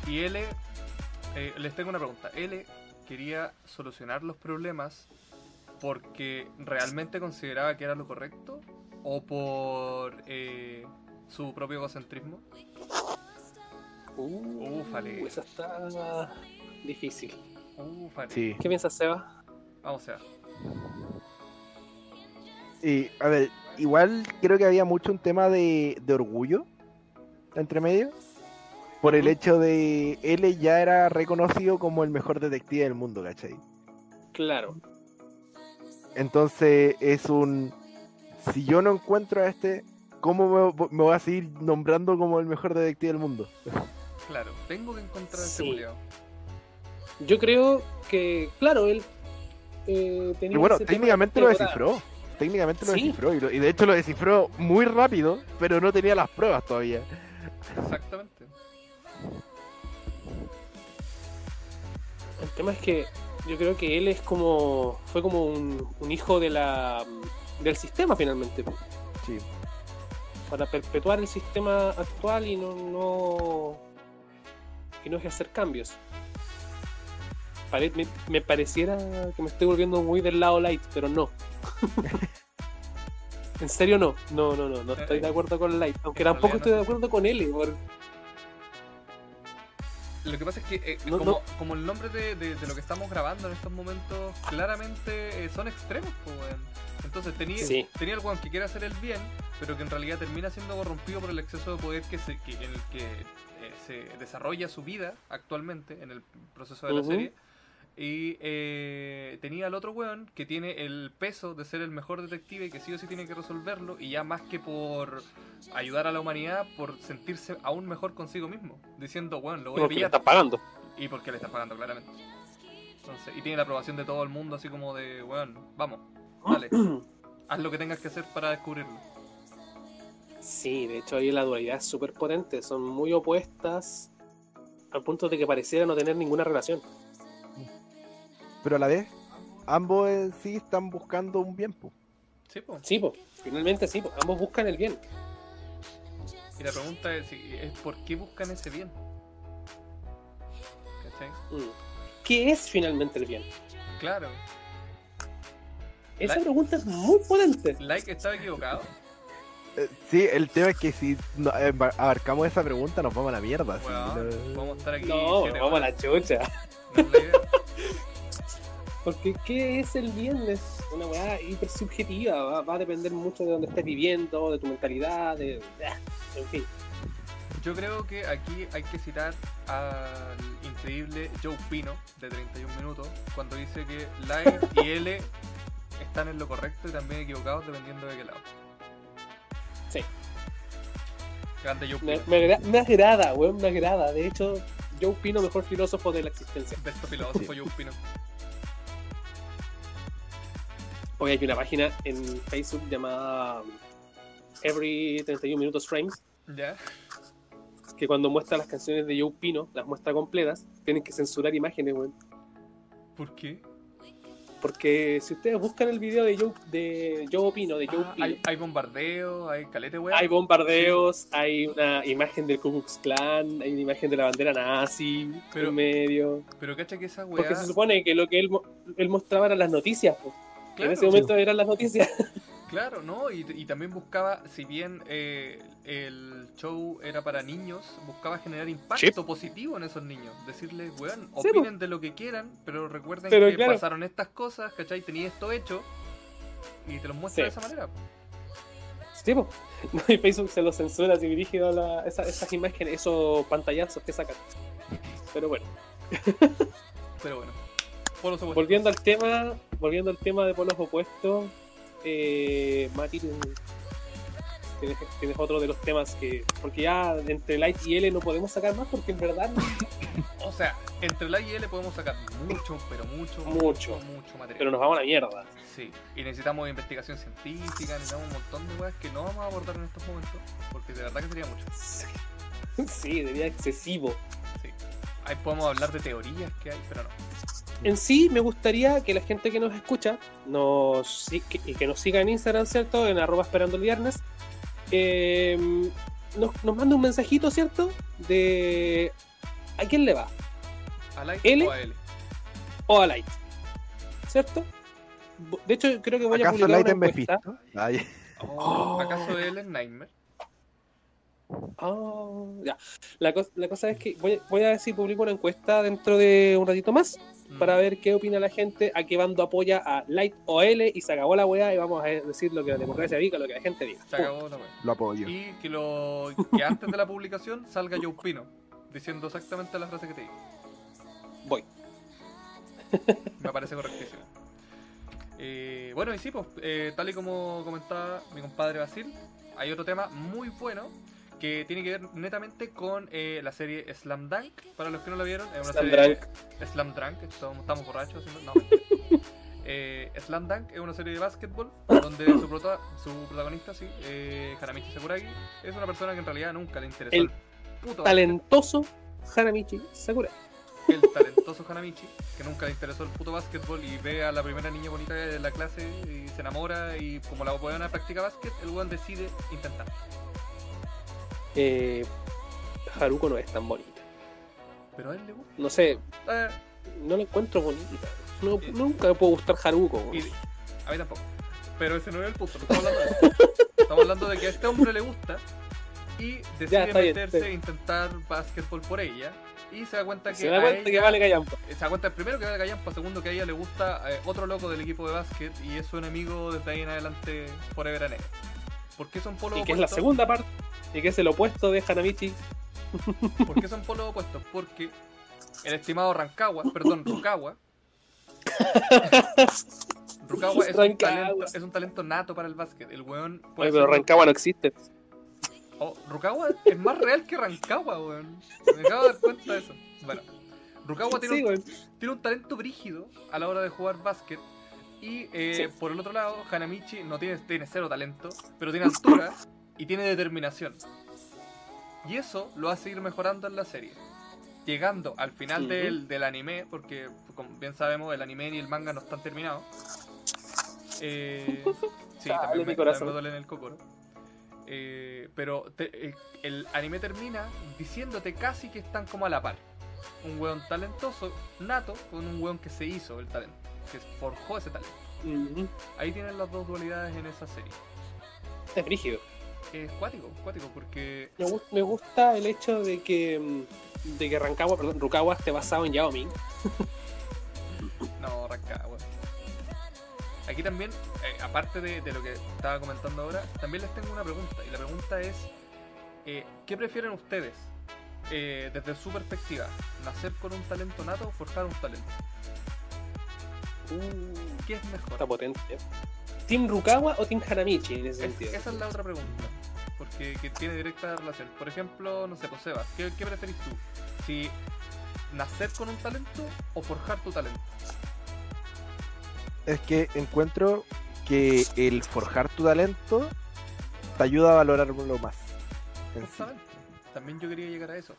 Y L, eh, les tengo una pregunta. L quería solucionar los problemas porque realmente consideraba que era lo correcto o por eh, su propio egocentrismo.
Uh,
Ufale.
Esa está difícil.
Uh, vale. Ah,
Sí.
¿Qué piensas, Seba?
Vamos a ver.
Y, a ver, igual creo que había mucho un tema de, de orgullo entre medio. Por el
Ujú.
hecho de él ya era reconocido como el mejor detective del mundo, ¿cachai?
Claro,
Entonces es un... Si yo no encuentro a este, ¿cómo me, me voy a seguir nombrando como el mejor detective del mundo?
Claro, tengo que encontrar a este
Sí.
culiao.
yo creo que, claro, él eh, tenía.
Y bueno,
ese tema de
técnicamente lo
temporada.
descifró. Técnicamente lo
Sí.
descifró. Y, lo- y de hecho lo descifró muy rápido, pero no tenía las pruebas todavía.
Exactamente.
El tema es que yo creo que él es como. Fue como un, un hijo de la, del sistema finalmente.
Sí.
Para perpetuar el sistema actual y no. no y no ejercer cambios. Pare- me, me pareciera que me estoy volviendo muy del lado light, pero no. en serio, no. No, no, no. No estoy de acuerdo con light. Aunque
En realidad
tampoco
no.
estoy de acuerdo con él. por-
Lo que pasa es que, eh,
No,
como,
no.
como el nombre de, de- de lo que estamos grabando en estos momentos, claramente eh, son extremos, po, weón. Entonces tenía,
Sí.
tenía el weón que quiere hacer el bien, pero que en realidad termina siendo corrompido por el exceso de poder que se, que- en el que eh, se desarrolla su vida actualmente en el proceso de la
Ujú.
serie. Y eh, tenía al otro weón que tiene el peso de ser el mejor detective y que sí o sí tiene que resolverlo. Y ya más que por ayudar a la humanidad, por sentirse aún mejor consigo mismo. Diciendo, weón, lo voy a
Porque le
pillar.
están pagando.
Y porque le estás pagando, claramente. Entonces, y tiene la aprobación de todo el mundo, así como de, weón, vamos,
Ah.
dale, haz lo que tengas que hacer para descubrirlo.
Sí, de hecho ahí la dualidad es súper potente, son muy opuestas al punto de que pareciera no tener ninguna relación.
Pero a la vez, ambos en sí están buscando un bien, po.
Sí, po.
Sí, po, finalmente sí, po, ambos buscan el bien.
Y la pregunta es, si- es ¿por qué buscan ese bien? ¿Cachai?
Mm. ¿Qué es finalmente el bien?
Claro,
Esa
La-
pregunta es muy potente.
Like estaba equivocado.
Eh, sí, el tema es que si no- eh, embar- abarcamos esa pregunta nos vamos a la mierda. sí,
Weón,
no-
vamos a estar aquí.
No,
siete
vamos a
horas.
la chucha.
No es la idea.
Porque ¿qué es el bien? Es una weá hiper subjetiva, va, va a depender mucho de dónde estés viviendo, de tu mentalidad, de... ah, En fin.
Yo creo que aquí hay que citar al increíble Joe Pino de 31 minutos cuando dice que Live y L están en lo correcto y también equivocados dependiendo de qué lado.
Sí.
Grande Joe
Me,
Pino.
me agra- me agrada, weón, me agrada. De hecho, yo opino mejor filósofo de la existencia.
Besto filósofo Joe Pino.
Hoy hay una página en Facebook llamada Every 31 Minutos Frames,
¿Ya?
que cuando muestra las canciones de Joe Pino, las muestra completas, tienen que censurar imágenes, weón.
¿Por qué?
Porque si ustedes buscan el video de Joe, de Joe Pino, de Joe
Ah,
Pino,
hay,
hay,
hay bombardeo, hay calete, weón.
bombardeos, hay una imagen del Ku Klux Klan, hay una imagen de la bandera nazi
Pero-
en medio.
Pero cacha que esa weá.
Porque se supone que lo que él, mo- él mostraba eran las noticias, pues. En
Claro.
ese momento eran las noticias.
Claro, ¿no? Y, y también buscaba, si bien eh, el show era para niños, buscaba generar impacto
Sí.
positivo en esos niños. Decirles, weón,
Sí,
opinen de lo que quieran, pero recuerden
Pero
que
claro.
pasaron estas cosas, ¿cachai? Tenía esto hecho y te los muestra de
Sí.
esa manera.
Sí, po. No, y Facebook se lo censura si dirige a la- esa- esas imágenes, esos pantallazos que sacan. Pero bueno,
Pero bueno, por los opuestos.
volviendo al tema, volviendo al tema de polos opuestos, eh, Mati, tú tienes, tienes otro de los temas que, porque ya entre Light y L no podemos sacar más porque en verdad no-
O sea, entre la y L podemos sacar mucho, pero mucho,
Mucho.
mucho material.
pero nos vamos a la mierda.
Sí, y necesitamos investigación científica, necesitamos un montón de weas que no vamos a abordar en estos momentos, porque de verdad que sería mucho.
Sí, sería excesivo.
Sí. Ahí podemos hablar de teorías que hay, pero no.
En sí, me gustaría que la gente que nos escucha nos, si- que- y que nos siga en Instagram, ¿cierto? En arroba esperando el viernes. eh, nos, nos mande un mensajito, ¿cierto? De a quién le va,
¿A Light
¿L?
o a L?
o a Light, ¿cierto? Bu- De hecho, creo que voy a
¿Acaso
publicar
Light
una
en
encuesta.
Mephisto? Ay,
Oh.
¿Acaso él es Nightmare?
Ah, ya. La, cos- la cosa es que voy, a- voy a ver si publico una encuesta dentro de un ratito más
Mm.
para ver qué opina la gente, a qué bando apoya a Light o L y se acabó la weá y vamos a decir lo que la democracia diga, lo que la gente diga.
Mm, Se acabó la wea.
lo apoyo.
Y que, lo, que antes de la publicación salga Joe Pino diciendo exactamente la frase que te digo.
Voy.
Me parece correctísimo. Eh, bueno, y sí, pues, eh, tal y como comentaba mi compadre Basil, hay otro tema muy bueno que tiene que ver netamente con eh, la serie Slam Dunk. Para los que no la vieron, es una
Slam
serie. Slam Dunk, estamos, estamos borrachos. haciendo- No, mentira. Eh, Slam Dunk es una serie de básquetbol donde su, prota- su protagonista, sí, eh, Haramichi Sakuragi, es una persona que en realidad nunca le interesó
El
el puto
talentoso Hanamichi Sakura.
el talentoso Hanamichi, que nunca le interesó el puto básquetbol y ve a la primera niña bonita de la clase y se enamora y como la buena practica básquet, el weón decide intentar.
Eh, Haruko no es tan bonita.
Pero a él le gusta.
No sé,
Eh,
no la encuentro bonita. No- nunca me puedo gustar Haruko. weón.
y- a mí tampoco. Pero ese no es el punto, no estamos hablando de eso. Estamos hablando de que a este hombre le gusta y decide
Ya, está bien,
meterse
está
e intentar básquetbol por ella. Y se da cuenta que.
Se da
a
cuenta
ella- eh,
que vale callampa.
se da cuenta primero que va de Callampa, segundo que a ella le gusta eh, otro loco del equipo de básquet y es su enemigo desde ahí en adelante Forever and Ever. ¿Por qué son polos
Y que es la
opuestos?
segunda parte. Y que es el opuesto de Hanamichi.
¿Por qué son polos opuestos? Porque el estimado Rancagua, perdón, Rukawa. Rukawa es un,
Rancagua.
talento, es un talento nato para el básquet. El weón.
Oye,
puede
pero
hacer-
Rancagua no existe.
Oh, Rukawa es más real que Rancagua, weón. Me acabo de dar cuenta de eso. Bueno, Rukawa tiene
Sí,
un
güey.
tiene un talento brígido a la hora de jugar básquet. Y eh,
Sí.
por el otro lado, Hanamichi no tiene, tiene cero talento, pero tiene altura y tiene determinación. Y eso lo hace ir mejorando en la serie. Llegando al final
Ujú.
del, del anime, porque como bien sabemos, el anime y el manga no están terminados. Eh, sí,
Chale,
también
mi
me,
corazón.
también me duele en el cocoro. Eh, pero te- eh, el anime termina diciéndote casi que están como a la par un weón talentoso, nato, con un weón que se hizo el talento, que forjó ese talento.
Ujú.
Ahí tienen las dos dualidades en esa serie.
Es brígido.
Es cuático, cuático, porque
Me, gu- me gusta el hecho de que mm, de que Rancagua, perdón, Rukawa esté basado en Yao Ming.
no, arranca, weón. Aquí también, eh, aparte de, de lo que estaba comentando ahora, también les tengo una pregunta. Y la pregunta es, eh, ¿qué prefieren ustedes? Eh, desde su perspectiva, ¿nacer con un talento nato o forjar un talento?
Uh,
¿Qué es mejor?
está potente. ¿Team Rukawa o Team Hanamichi en ese
Es-
sentido?
esa es la otra pregunta. Porque que tiene directa relación. Por ejemplo, no sé, pues Sebas, ¿qué, qué preferís tú? Si nacer con un talento o forjar tu talento.
es que encuentro que el forjar tu talento te ayuda a valorarlo más. en sí.
Justamente. También yo quería llegar a eso.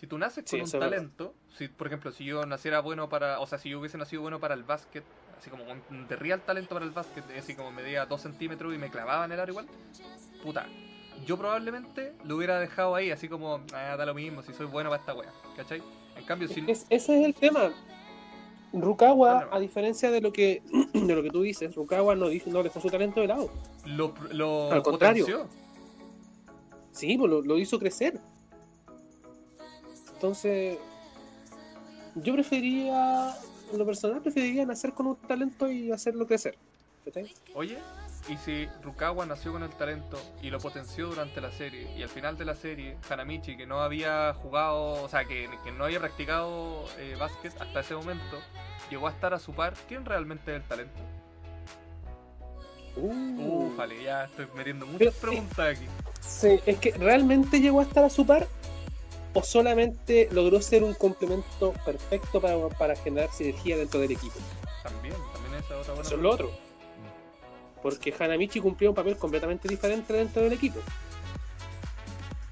Si tú naces
Sí,
con
eso
un
es verdad.
talento, si, por ejemplo, si yo naciera bueno para, o sea, si yo hubiese nacido bueno para el básquet, así como un- de real talento para el básquet, así como medía 2 centímetros y me clavaba en el aro igual, puta, yo probablemente lo hubiera dejado ahí, así como, ah, da lo mismo, si soy bueno para esta wea, ¿cachai? En cambio, si...
Es- ese es el tema. Rukawa,
Bueno.
a diferencia de lo que de lo que tú dices, Rukawa no, dijo- no dejó su talento de lado.
lo, pr- lo
Al contrario.
potenció.
Sí, pues lo, lo hizo crecer. Entonces, yo prefería, en lo personal, preferiría nacer con un talento y hacerlo crecer. ¿cachai?
Oye, y si Rukawa nació con el talento y lo potenció durante la serie, y al final de la serie, Hanamichi, que no había jugado, o sea, que, que no había practicado eh, básquet hasta ese momento, llegó a estar a su par, ¿quién realmente es el talento?
Uh.
Ufale, ya estoy metiendo
Pero,
muchas
eh,
preguntas aquí.
Sí, es que realmente llegó a estar a su par o solamente logró ser un complemento perfecto para, para generar sinergia dentro del equipo.
También, también esa es otra buena
Eso es
pregunta.
lo otro. Porque Hanamichi cumplía un papel completamente diferente dentro del equipo.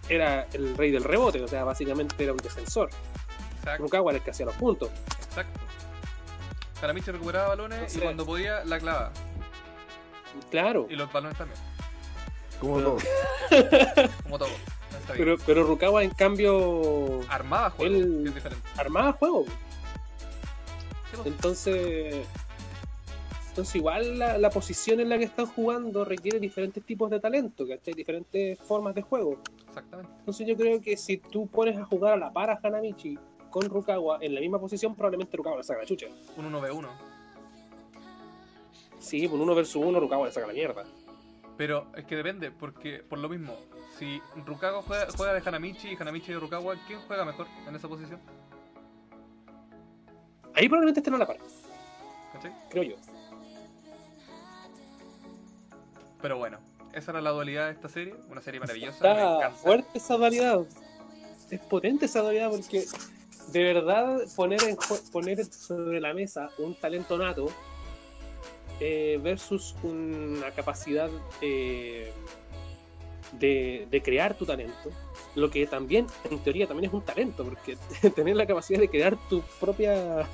Era el rey del rebote, o sea, básicamente era un defensor.
Exacto,
Rukawa era el que hacía los puntos.
exacto. Hanamichi recuperaba balones y
Entonces-
cuando podía la clava.
Claro,
Y los balones también,
Como
Pero-
todo.
como todo. Está bien.
pero, pero Rukawa en cambio
Armaba juego,
él-
que es diferente. pues,
armaba juego.
¿Qué cosa?
Entonces, entonces igual la, la posición en la que están jugando requiere diferentes tipos de talento, ¿cachai? Diferentes formas de juego.
Exactamente.
Entonces yo creo que si tú pones a jugar a la para Hanamichi con Rukawa en la misma posición, probablemente Rukawa le saca la chucha.
Un 1v1.
Sí, por uno versus uno Rukawa le saca la mierda.
Pero es que depende, porque por lo mismo, si Rukawa juega, juega de Hanamichi y Hanamichi de Rukawa, ¿quién juega mejor en esa posición?
Ahí probablemente estén a la par,
¿Cachai?
creo yo.
Pero bueno, esa era la dualidad de esta serie, una serie maravillosa. me
Está
encanta.
fuerte esa dualidad. Es potente esa dualidad porque de verdad poner, en jue- poner sobre la mesa un talento nato eh, versus una capacidad eh, de, de crear tu talento. Lo que también, en teoría, también es un talento, porque tener la capacidad de crear tu propia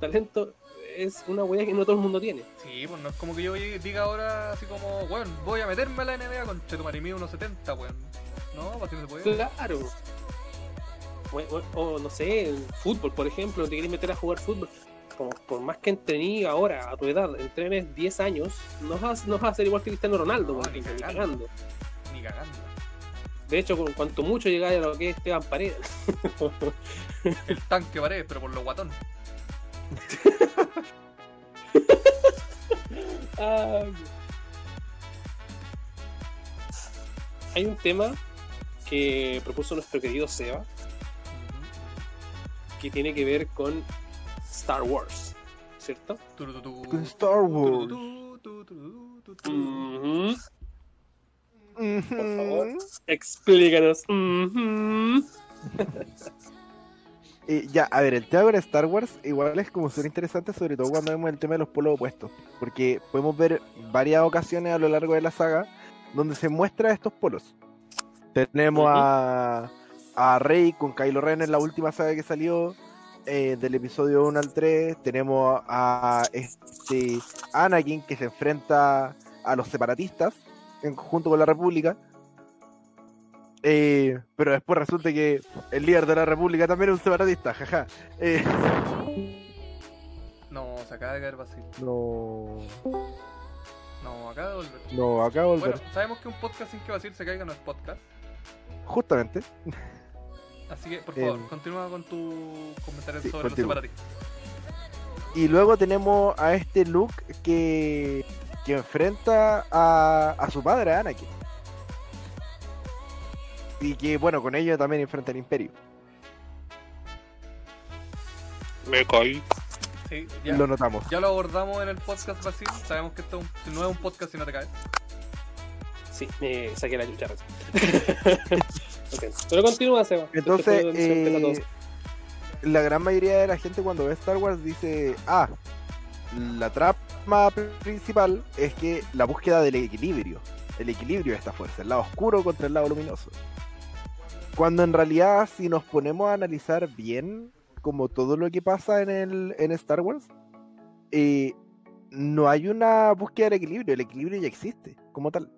talento es una huella que no todo el mundo tiene.
Sí, pues no es como que yo diga ahora así como, weón, voy a meterme a la NBA con Chetumarimí 170, weón. No, pues así no se puede.
Claro. O, o- o, no sé, el fútbol, por ejemplo, te quieres meter a jugar fútbol. Como, por más que entrení ahora, a tu edad, entrenes 10 años, no vas, no vas a ser igual que Cristiano Ronaldo,
No,
porque
ni
ni
cagando.
cagando.
Ni cagando.
De hecho, con cuanto mucho llegáis a lo que es Esteban Paredes.
El tanque pared, pero por lo guatón.
Ay. Hay un tema que propuso nuestro querido Seba que tiene que ver con Star Wars, ¿cierto?
Turututú.
Con Star Wars.
Turututú, turututú, tututú.
Ujú.
Ujú.
favor. Explícanos. Ujú.
Eh, ya, a ver, el tema con Star Wars igual es como súper interesante, sobre todo cuando vemos el tema de los polos opuestos, porque podemos ver varias ocasiones a lo largo de la saga donde se muestra estos polos. Tenemos a, a Rey con Kylo Ren en la última saga que salió, eh, del episodio 1 al 3, tenemos a este Anakin que se enfrenta a los separatistas en conjunto con la República. Eh, pero después resulta que el líder de la República también es un separatista, jaja. Eh,
No, se acaba de caer vacío.
no,
No, acaba de volver.
no, acá volver.
Bueno, sabemos que un podcast sin que vacil se caiga no es podcast.
Justamente.
Así que, por
Eh,
favor, continúa con tu comentario
sí,
sobre los
continúo.
separatistas.
Y luego tenemos a este Luke que, que enfrenta a, a su padre, a Anakin. Y que, bueno, con ello también enfrenta al Imperio.
Me caí.
Sí, ya.
Lo notamos.
Ya lo abordamos en el podcast vacil. Sabemos que esto es un- no es un podcast si no te caes.
Sí, me saqué la chucha. recién. Ok, Pero continúa, Seba.
Entonces,
Esto fue donde se
eh,
empezó
la gran mayoría de la gente cuando ve Star Wars dice, ah, la trama principal es que la búsqueda del equilibrio, el equilibrio de esta fuerza, el lado oscuro contra el lado luminoso. Cuando en realidad, si nos ponemos a analizar bien como todo lo que pasa en, el, en Star Wars, eh, no hay una búsqueda del equilibrio, el equilibrio ya existe como tal.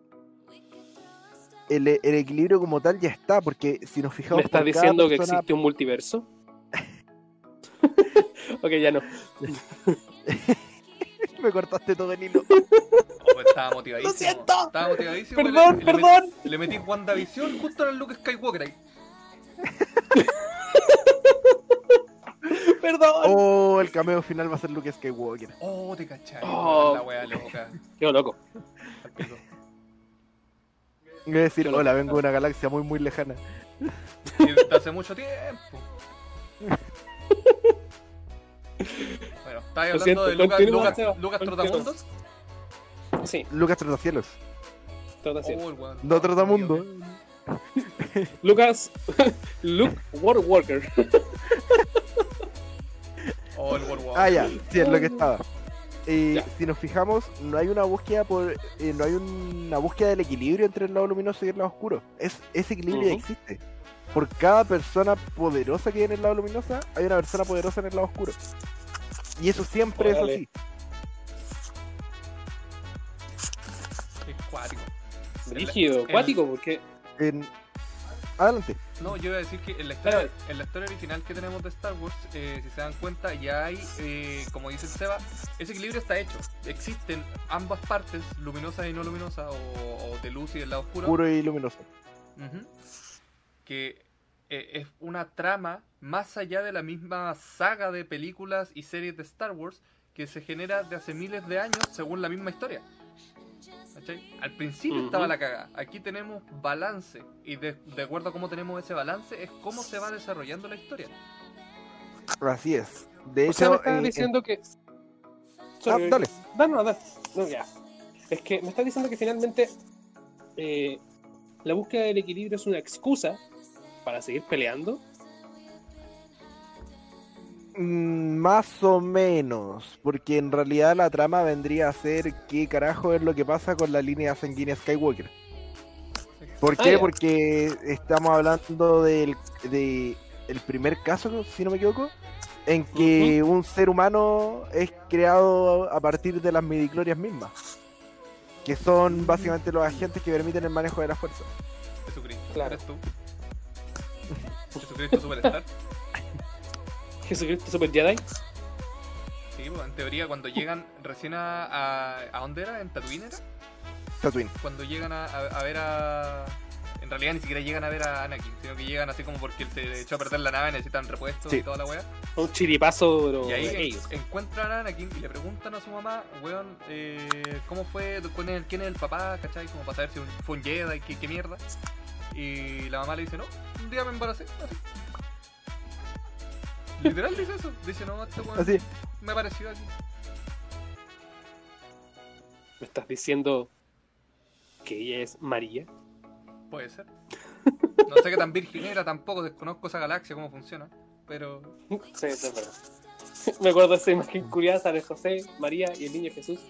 El, el equilibrio como tal ya está, porque si
todo.
nos fijamos...
¿Me estás
por cada
diciendo que
persona-
existe un multiverso? ok, ya no.
Me cortaste todo el hilo.
Oh, pues, estaba motivadísimo.
Lo siento.
Estaba motivadísimo.
Perdón,
Le- le met-
perdón.
Le metí WandaVision justo en el Luke Skywalker ahí.
Perdón.
Oh, el cameo final va a ser Luke Skywalker.
Oh, te cachai.
Oh.
La wea loca.
Qué loco.
Al pico.
Voy a decir, hola, vengo de una galaxia muy, muy lejana.
Y desde hace mucho tiempo. Bueno, ¿estáis
Lo
hablando
siento,
de Lucas,
continúa,
Lucas,
Seba,
Lucas
continúa.
Trotamundos?
Sí,
Lucas Trotacielos.
todo así.
Oh, el weón.
No Trotamundo.
Lucas. Luke World Walker.
Oh, el World War.
Ah, ya, sí, es lo que estaba. Eh,
Ya.
Si nos fijamos, no hay una búsqueda por, eh, no hay una búsqueda del equilibrio entre el lado luminoso y el lado oscuro. Es, ese equilibrio ya
Ujú.
existe. Por cada persona poderosa que hay en el lado luminoso, hay una persona poderosa en el lado oscuro. Y eso siempre
Órale.
es así.
Qué cuático.
Rígido,
el-
acuático, porque.
En- Adelante.
No, yo iba a decir que en la historia,
Claro.
en la historia original que tenemos de Star Wars, eh, si se dan cuenta, ya hay, eh, como dice el Seba, ese equilibrio está hecho. Existen ambas partes, luminosas y no luminosas, o, o de luz y del lado oscuro.
Oscuro y luminoso.
Ujú. que eh, es una trama más allá de la misma saga de películas y series de Star Wars que se genera de hace miles de años según la misma historia. ¿Cachai? Al principio
Ujú.
estaba la cagada, aquí tenemos balance y de, de acuerdo a cómo tenemos ese balance es cómo se va desarrollando la historia.
Así es. De
O
hecho,
sea, me estás
eh,
diciendo que.
eh, ah,
Sorry,
dale.
Dale, no, dale. No, ya. Es que me estás diciendo que finalmente eh, la búsqueda del equilibrio es una excusa para seguir peleando.
Mm, Más o menos, porque en realidad la trama vendría a ser qué carajo es lo que pasa con la línea sanguínea Skywalker. ¿Por
Ah,
qué?
ya.
Porque estamos hablando del de el primer caso, si no me equivoco, en que un ser humano es creado a partir de las midiclorias mismas, que son básicamente los agentes que permiten el manejo de la fuerza.
Jesucristo,
Claro.
¿eres tú? Jesucristo Superstar.
Jesucristo Super Jedi.
Sí, pues, en teoría cuando llegan recién a... ¿A, a dónde era? ¿En Tatooine era?
Tatooine.
cuando llegan a, a- a ver a. En en realidad ni siquiera llegan a ver a Anakin, sino que llegan así como porque él se echó a perder la nave, necesitan repuestos
Sí. Oh.
y toda la wea.
Un chiripazo, pero
Y ahí
de ellos.
en- encuentran a Anakin y le preguntan a su mamá, weón, eh, ¿cómo fue? ¿Quién es, el- quién es el papá? ¿Cachai? Como para saber si un- fue un Jedi, qué, qué mierda. Y la mamá le dice, no, un día me embaracé. así. Literal dice eso. Dice, no, este weón
Así,
me apareció aquí.
Me estás diciendo que ella es María.
Puede ser. No sé qué tan virgen era tampoco, desconozco esa galaxia, cómo funciona. Pero
Sí, eso es verdad. Me acuerdo de esa imagen curiosa de José, María y el niño Jesús.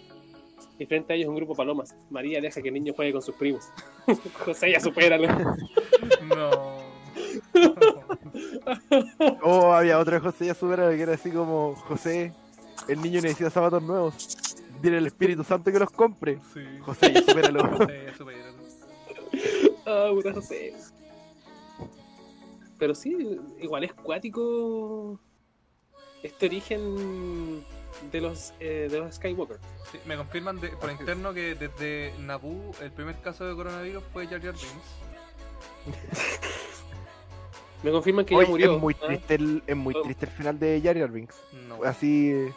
Y frente a ellos un grupo de palomas. María deja que el niño juegue con sus primos. José ya supéralo.
no.
oh, había otro José ya supera que era así como, José, el niño necesita zapatos nuevos. Dile al Espíritu Santo que los compre.
Sí.
José, ya supéralo.
Sí, es súper irónico.
Ah, puta José. Pero sí, igual es cuático este origen de los, eh, de los Skywalker.
Sí, me confirman de- por interno que desde Naboo el primer caso de coronavirus fue Jar Jar Binks.
Me confirman que
Oye,
ya murió.
es muy
¿ah?
triste el, es muy
Oh.
triste el final de Jar Jar Binks.
No.
Así eh,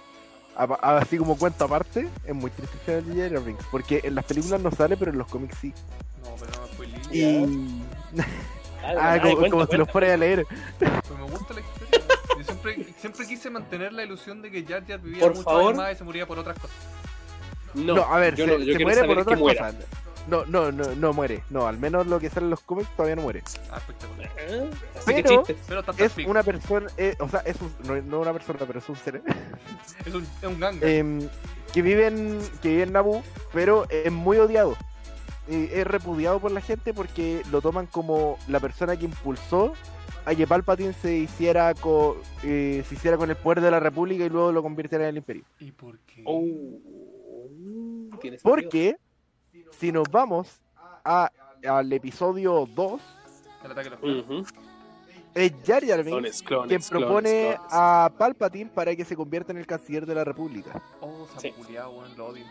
apa- así como cuento aparte, es muy triste el final de Jar Jar Binks, porque en las películas no sale, pero en los cómics sí.
No, pero no me fue libre.
Y
Ah,
ah,
ah,
como,
cuenta,
como si los
cuenta.
fuera a leer.
Pues me gusta la historia. Yo siempre, siempre quise mantener la ilusión de que Jar Jar vivía
Por
mucho
favor.
más y se moría por otras cosas.
No,
No, a ver,
yo
se,
no- yo
se
quiero
muere
saber
por
que
otras
muera.
cosas. No, no, no, no muere. No, al menos lo que sale en los cómics todavía no muere.
Ah, espectacular.
Ah, así que
Pero-
chistes.
Pero tanto
Es
pico.
una persona, eh, o sea, es un- no, no una persona, pero es un ser
Es un, es un ganga.
eh, que vive en que vive en Naboo, pero es muy odiado. Eh, es repudiado por la gente porque lo toman como la persona que impulsó a que Palpatine se hiciera con se hiciera con el poder de la República y luego lo convirtiera en el Imperio.
¿Y por qué?
Oh, oh, tiene sentido.
Porque si nos vamos a- al episodio 2,
El ataque a los planos.
Ujú.
es Jar Jar Binks
Clones, clones,
quien
clones,
propone
clones.
a Palpatine para que se convierta en el canciller de la República.
Oh, se
Sí.
ha culiado, weón, lo odio.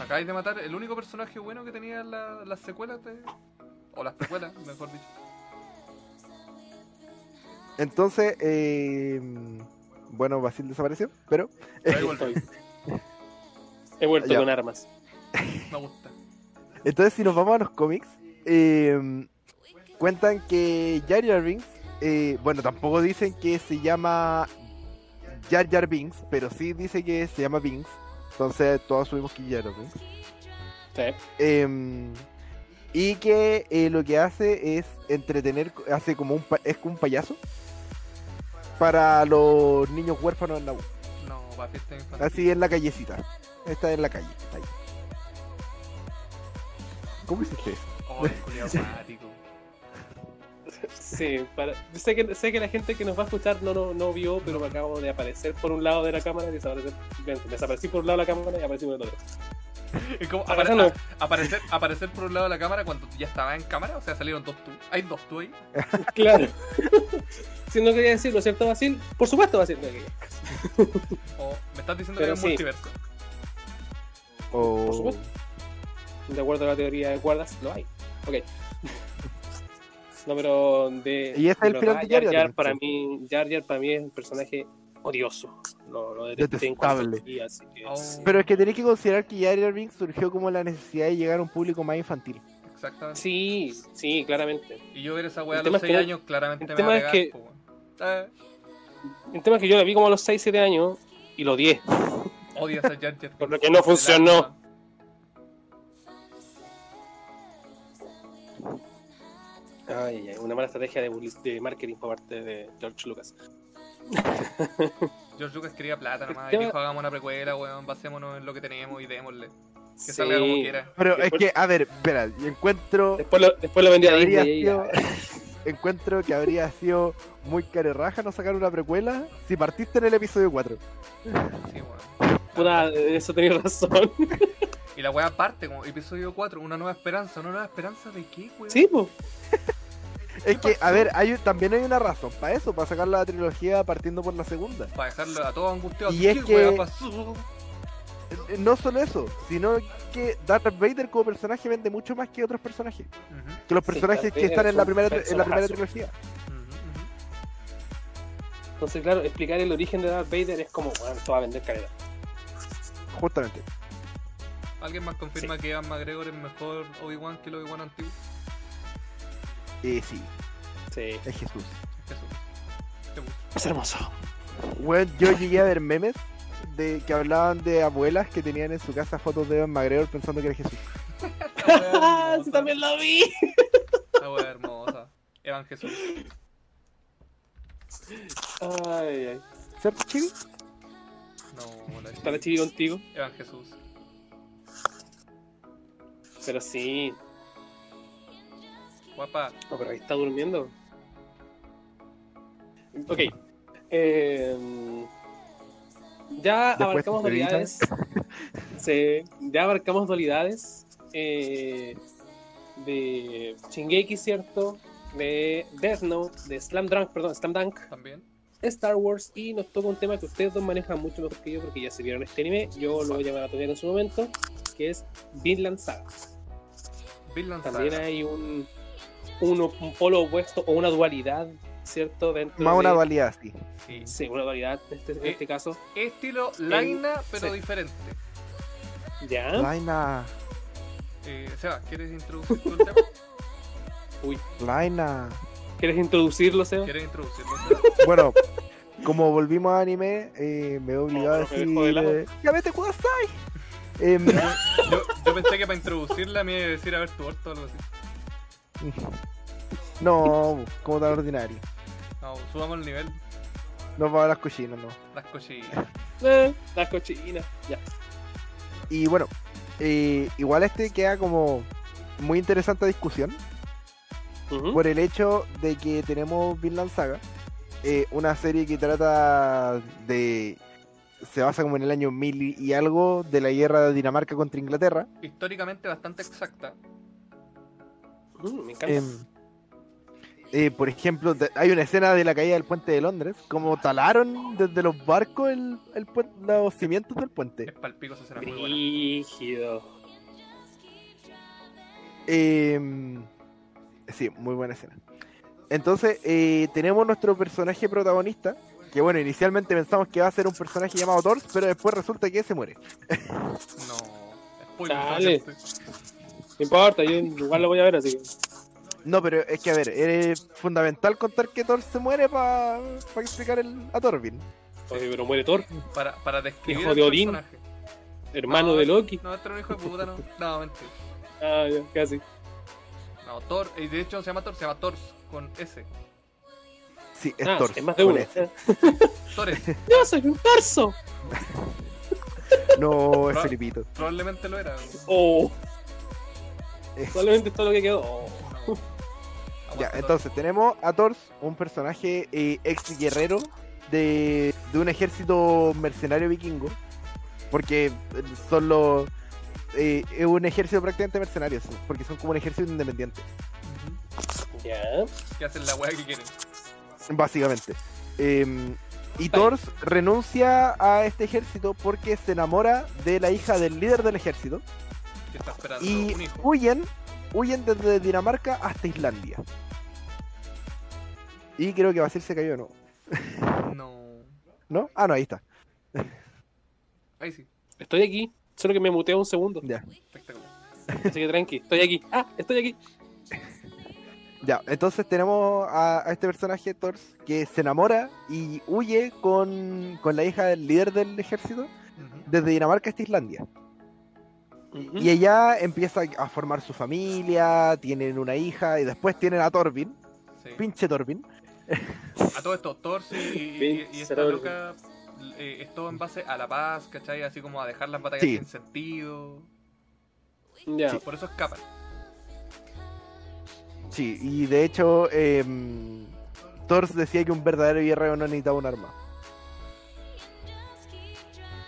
Acabáis de matar el único personaje bueno que tenía la- las secuelas de. O las precuelas, mejor dicho.
Entonces, eh, bueno, Basil desapareció, pero
Ahí volví.
He vuelto
Ya.
con armas.
Me gusta.
Entonces, si nos vamos a los cómics, eh, cuentan que Jar Jar Binks, eh, bueno, tampoco dicen que se llama Jar Jar Binks, pero sí dice que se llama Binks. Entonces, todos subimos que Jar Jar Binks.
Sí.
Eh, y que eh, lo que hace es entretener, hace como un, pa- es como un payaso para los niños huérfanos en la U.
No, para fiesta infantil.
Así en la callecita. Está en la calle. ahí. ¿Cómo este? hiciste eso?
Oh, el culiao apático.
Sí, para- sé, que, sé que la gente que nos va a escuchar no, no, no vio, pero me acabo de aparecer por un lado de la cámara y desaparecer. ven, Desaparecí por un lado de la cámara y aparecí por el otro.
Es como
Ahora
apare-
no.
a- aparecer, aparecer por un lado de la cámara cuando ya estaba en cámara, o sea, salieron dos tú. Hay dos tú ahí.
Claro. si no quería decirlo, ¿cierto, Basil? Por supuesto, Basil. no quería.
O me estás diciendo
Pero
que es
sí.
un multiverso.
O-
Por supuesto. De acuerdo a la teoría de cuerdas, lo hay. Ok. No, pero de.
Y ese es el
de
final
verdad,
de Jar
Jar
Jar,
Jar para
sí.
mí, Jar Jar para mí es un personaje odioso. Lo, lo detesté en
Detestable.
cuanto- y así que-
Oh.
Pero es que tenés que considerar que Jar Jar Binks surgió como la necesidad de llegar a un público más infantil.
Exactamente.
Sí, sí, claramente.
Y yo ver esa weá a
El tema
los
es que
6
no-
años claramente
el
me
tema
va a
es
pegar.
que-
po, weón. Eh,
El tema es que yo la vi como a los 6, 7 años y lo odié.
odias a Jar Jar.
Por lo que no funcionó. Ay, ay, una mala estrategia de, public- de marketing por parte de George Lucas.
George Lucas quería plata nomás y
tema-
dijo hagamos una precuela, weón, basémonos en lo que tenemos y démosle. Que
Sí.
salga como quiera.
Pero
Después-
es que, a ver, espera, yo encuentro
Después lo, después lo vendí
que
a
habría
Disney. y ya.
sido, encuentro que habría sido muy carerraja no sacar una precuela si partiste en el episodio 4.
Sí, weón.
Puta, eso tenés razón.
Y la weá parte como episodio 4, una nueva esperanza, una nueva esperanza de qué, weón.
Sí, po.
Es que, a ver, hay, un- también hay una razón para eso, para sacar la trilogía partiendo por la segunda.
Para dejarlo a todos angustiados.
Y
¿Qué
es que-
weá pasó?
eh, no solo eso, sino que Darth Vader como personaje vende mucho más que otros personajes.
Ujú,
Que los
Sí,
personajes
Darth
que
Vader
están
es
en la
un
primera, en la primera
personajazo.
trilogía.
ujú, ujú.
Entonces, claro, explicar el origen de Darth Vader es como, bueno, esto va a vender caleta.
Justamente.
¿Alguien más confirma que Ian McGregor es mejor Obi-Wan que el Obi-Wan antiguo?
Eh, sí,
Sí,
es Jesús.
Eso. Te gusta.
es hermoso.
Bueno, yo llegué a ver memes de que hablaban de abuelas que tenían en su casa fotos de Evan McGregor pensando que era Jesús.
¡Ah! sí,
hermosa.
también lo vi!
La wea hermosa. Evan Jesús.
Ay, ay.
¿Cierto, Chibi?
No, la
Está la chivi contigo.
Evan Jesús.
Pero sí.
Guapa.
No, pero ahí está durmiendo. Ok. Eh, ya
Después
abarcamos
te gritan.
dualidades. Sí, ya abarcamos dualidades. eh, de Shingeki, ¿cierto? De Death Note, de Slam Dunk, perdón, Slam Dunk.
También.
Star Wars y nos toca un tema que ustedes dos manejan mucho mejor que yo porque ya se vieron este anime, yo lo voy a maratonear en su momento, que es Vinland Saga.
Vinland
También
Saga.
hay un, un, op- un polo opuesto o una dualidad, ¿cierto? Dentro
Más una
de-
dualidad, sí.
Sí.
Sí, una dualidad en este, en
Eh.
este caso.
Estilo Laina, pero
sí.
diferente.
Ah.
¿Ya?
Laina,
Eh, Seba, ¿quieres introducir tú el tema?
Laina.
¿Quieres introducirlo, Seba?
¿Quieres introducirlo? Seba?
Bueno, como volvimos a anime, eh, me he obligado
No,
a
pero me dejó de
decir.
lado.
eh, ¡Ya vete, Kudasai! Em,
Yo, yo pensé que para introducirla me iba a decir a ver tu orto o algo así.
no, como tan ordinario.
No, subamos el nivel.
No va a las cochinas, no.
Las cochinas.
Eh, las cochinas. Ya.
Y bueno, eh, igual este queda como muy interesante discusión.
Ujú.
por el hecho de que tenemos Vinland Saga, eh, una serie que trata de. se basa como en el año 1000 y- y algo de la guerra de Dinamarca contra Inglaterra.
Históricamente bastante exacta.
Ujú, me encanta.
em, Eh, eh, por ejemplo, de- hay una escena de la caída del puente de Londres, como talaron desde los barcos el, el puen- los cimientos del
Es
puente.
palpico esa escena es muy buena.
Brígido.
Eh, sí, muy buena escena. Entonces, eh, tenemos nuestro personaje protagonista, que bueno, inicialmente pensamos que va a ser un personaje llamado Thor, pero después resulta que se muere.
No. Spoiler.
Dale.
por cierto.
No importa, yo igual lo voy a ver, así que.
No, pero es que a ver, es fundamental contar que Thor se muere para explicar el, a Thorvin.
Oye, pero muere Thor,
Para, para describir
Hijo
al
de Odín.
personaje.
hermano
No,
de Loki.
No, este era un hijo de puta, no. No, mentira.
Ah, ya, casi.
No, Thor. Y de hecho no se llama Thor, se llama Thors con S.
Sí, es
Ah,
Thor.
es más de
con este.
uno.
S.
Thores.
¡Yo soy un torso!
No, es
Ah.
Felipito.
Probablemente lo era.
Oh.
Eh.
Solamente todo lo que quedó. Oh.
No.
Ya,
Aguanta, Thor.
entonces tenemos a Thor, un personaje eh, ex guerrero de, de un ejército mercenario vikingo, porque eh, son los. eh, es un ejército prácticamente mercenario, sí, porque son como un ejército independiente,
Ujú.
Ya.
Que hacen la weá que quieren.
básicamente. Eh, y Thor renuncia a este ejército porque se enamora de la hija del líder del ejército
Que está esperando
y
Ah, un hijo.
huyen, huyen desde Dinamarca hasta Islandia. Y creo que Basil se cayó de nuevo.
No.
¿No? Ah, no, ahí está.
Ahí sí.
Estoy aquí. Solo que me muteo un segundo.
Ya.
Espectacular.
Así que tranqui. Estoy aquí. Ah, estoy aquí.
Ya, entonces tenemos a, a este personaje, Thor, que se enamora y huye con, con la hija del líder del ejército
Ujú.
desde Dinamarca hasta Islandia.
Ujú.
Y ella empieza a formar su familia, tienen una hija y después tienen a Torvin,
Sí.
pinche Torvin.
A todo esto, Thor sí, y, y- y esta
Pincelor.
loca eh, es todo en base a la paz, ¿cachai? Así como a dejar las batallas
Sí.
sin sentido.
Ya.
Por eso escapan.
Sí, y de hecho, eh, Thor decía que un verdadero guerrero no necesitaba un arma.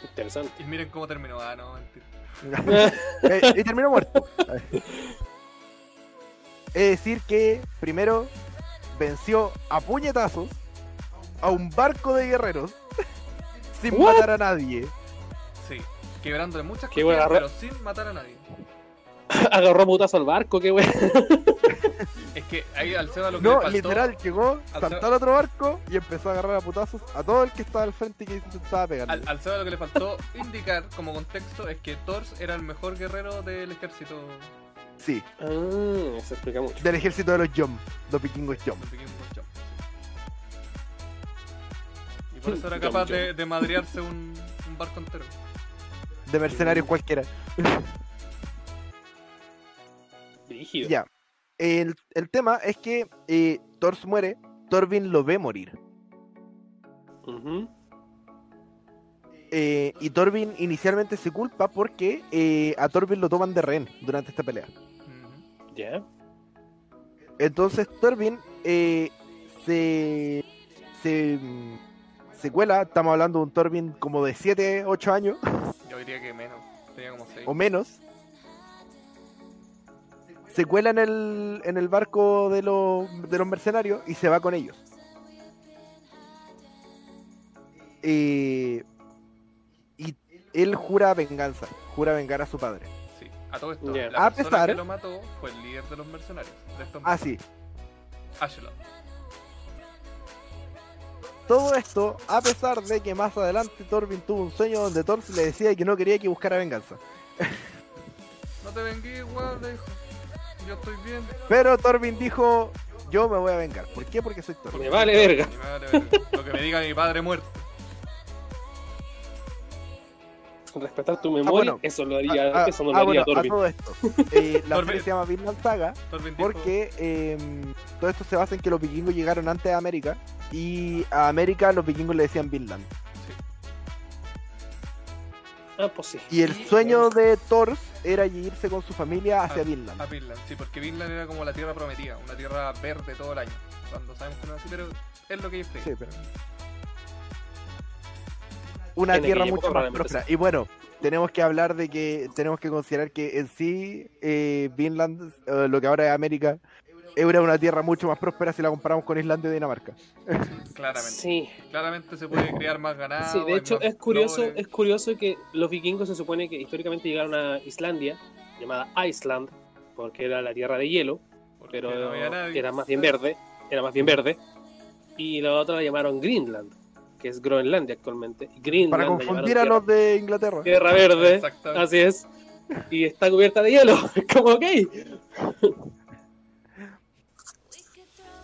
Interesante.
Y miren cómo terminó. Ah, no, mentira.
Eh, y terminó muerto. Es decir, que primero venció a puñetazos a un barco de guerreros sin
What?
matar a nadie.
Sí. quebrándole muchas
Qué
cosas,
buena
pero sin matar a nadie.
Agarró putazo al barco, qué weón.
Es que ahí al Seba lo que le
No,
faltó.
literal, llegó,
Al
saltó
Seba-
al otro barco y empezó a agarrar a putazos a todo el que estaba al frente y que intentaba pegarle.
Al, al Seba lo que le faltó indicar como contexto es que Thors era el mejor guerrero del ejército.
Sí,
Ah, eso explica mucho.
del ejército de los Jom, los vikingos Jom.
del Pequín Punchón. Y por eso era
Yum,
capaz
yum.
de, de madrearse un, un barco entero.
De mercenarios
Mm.
cualquiera.
Brígido.
Ya. El, el tema es que eh, Thors muere, Torvin lo ve morir.
Ujú.
Eh, y Torvin inicialmente se culpa porque eh, a Torvin lo toman de rehén durante esta pelea.
Ujú.
Ya.
Entonces Torvin eh, se, se, mm, se cuela, estamos hablando de un Torvin como de 7, 8 años
Yo diría que menos. Tenía como seis.
o menos. Se cuela en el, en el barco de los, de los mercenarios y se va con ellos. Eh, y él jura venganza, jura vengar a su padre.
Sí. A todo esto,
Ya.
la
A
persona
pesar-
que lo mató fue el líder de los mercenarios. De estos
Ah, sí,
Ashelot.
Todo esto a pesar de que más adelante Torvin tuvo un sueño donde Thor le decía que no quería que buscara venganza.
No te vengué, weón, le dijo. Yo estoy bien.
Pero Torvin dijo, yo me voy a vengar. ¿Por qué? Porque soy Thor.
Me vale verga.
Y me vale verga. Lo que me diga mi padre muerto.
Respetar tu memoria,
Ah, bueno.
eso lo haría,
Ah,
eso no lo
ah,
haría
bueno, a
Torvin.
todo esto. eh, la
Torvin.
serie se llama Vinland Saga
Torvin dijo,
porque eh, todo esto se basa en que los vikingos llegaron antes a América y a América los vikingos le decían Vinland.
Ah, pues sí.
Y el sueño de Thor era irse con su familia hacia
Ah,
Vinland.
A Vinland, sí, porque Vinland era como la tierra prometida, una tierra verde todo el año. Cuando sabemos que no es así, pero es lo que ellos creen.
Sí, pero- una
En
tierra
aquella
mucho
época
más
probablemente
próspera. Y bueno, tenemos que hablar de que tenemos que considerar que en sí eh, Vinland, eh, lo que ahora es América, era una tierra mucho más próspera si la comparamos con Islandia y Dinamarca.
Claramente. Ah,
Sí,
Claramente se puede criar más ganado.
sí, de
hay
hecho
más
es curioso,
flores.
es curioso que los vikingos se supone que históricamente llegaron a Islandia, llamada Iceland, porque era la tierra de hielo,
Porque
pero
no había nadie.
era más bien verde, era más bien verde. Y la otra la llamaron Greenland, que es Groenlandia actualmente. Y Greenland
Para
la
confundir a
llamaron
los de Inglaterra.
tierra, tierra verde,
Exactamente.
así es. Y está cubierta de hielo, como ok.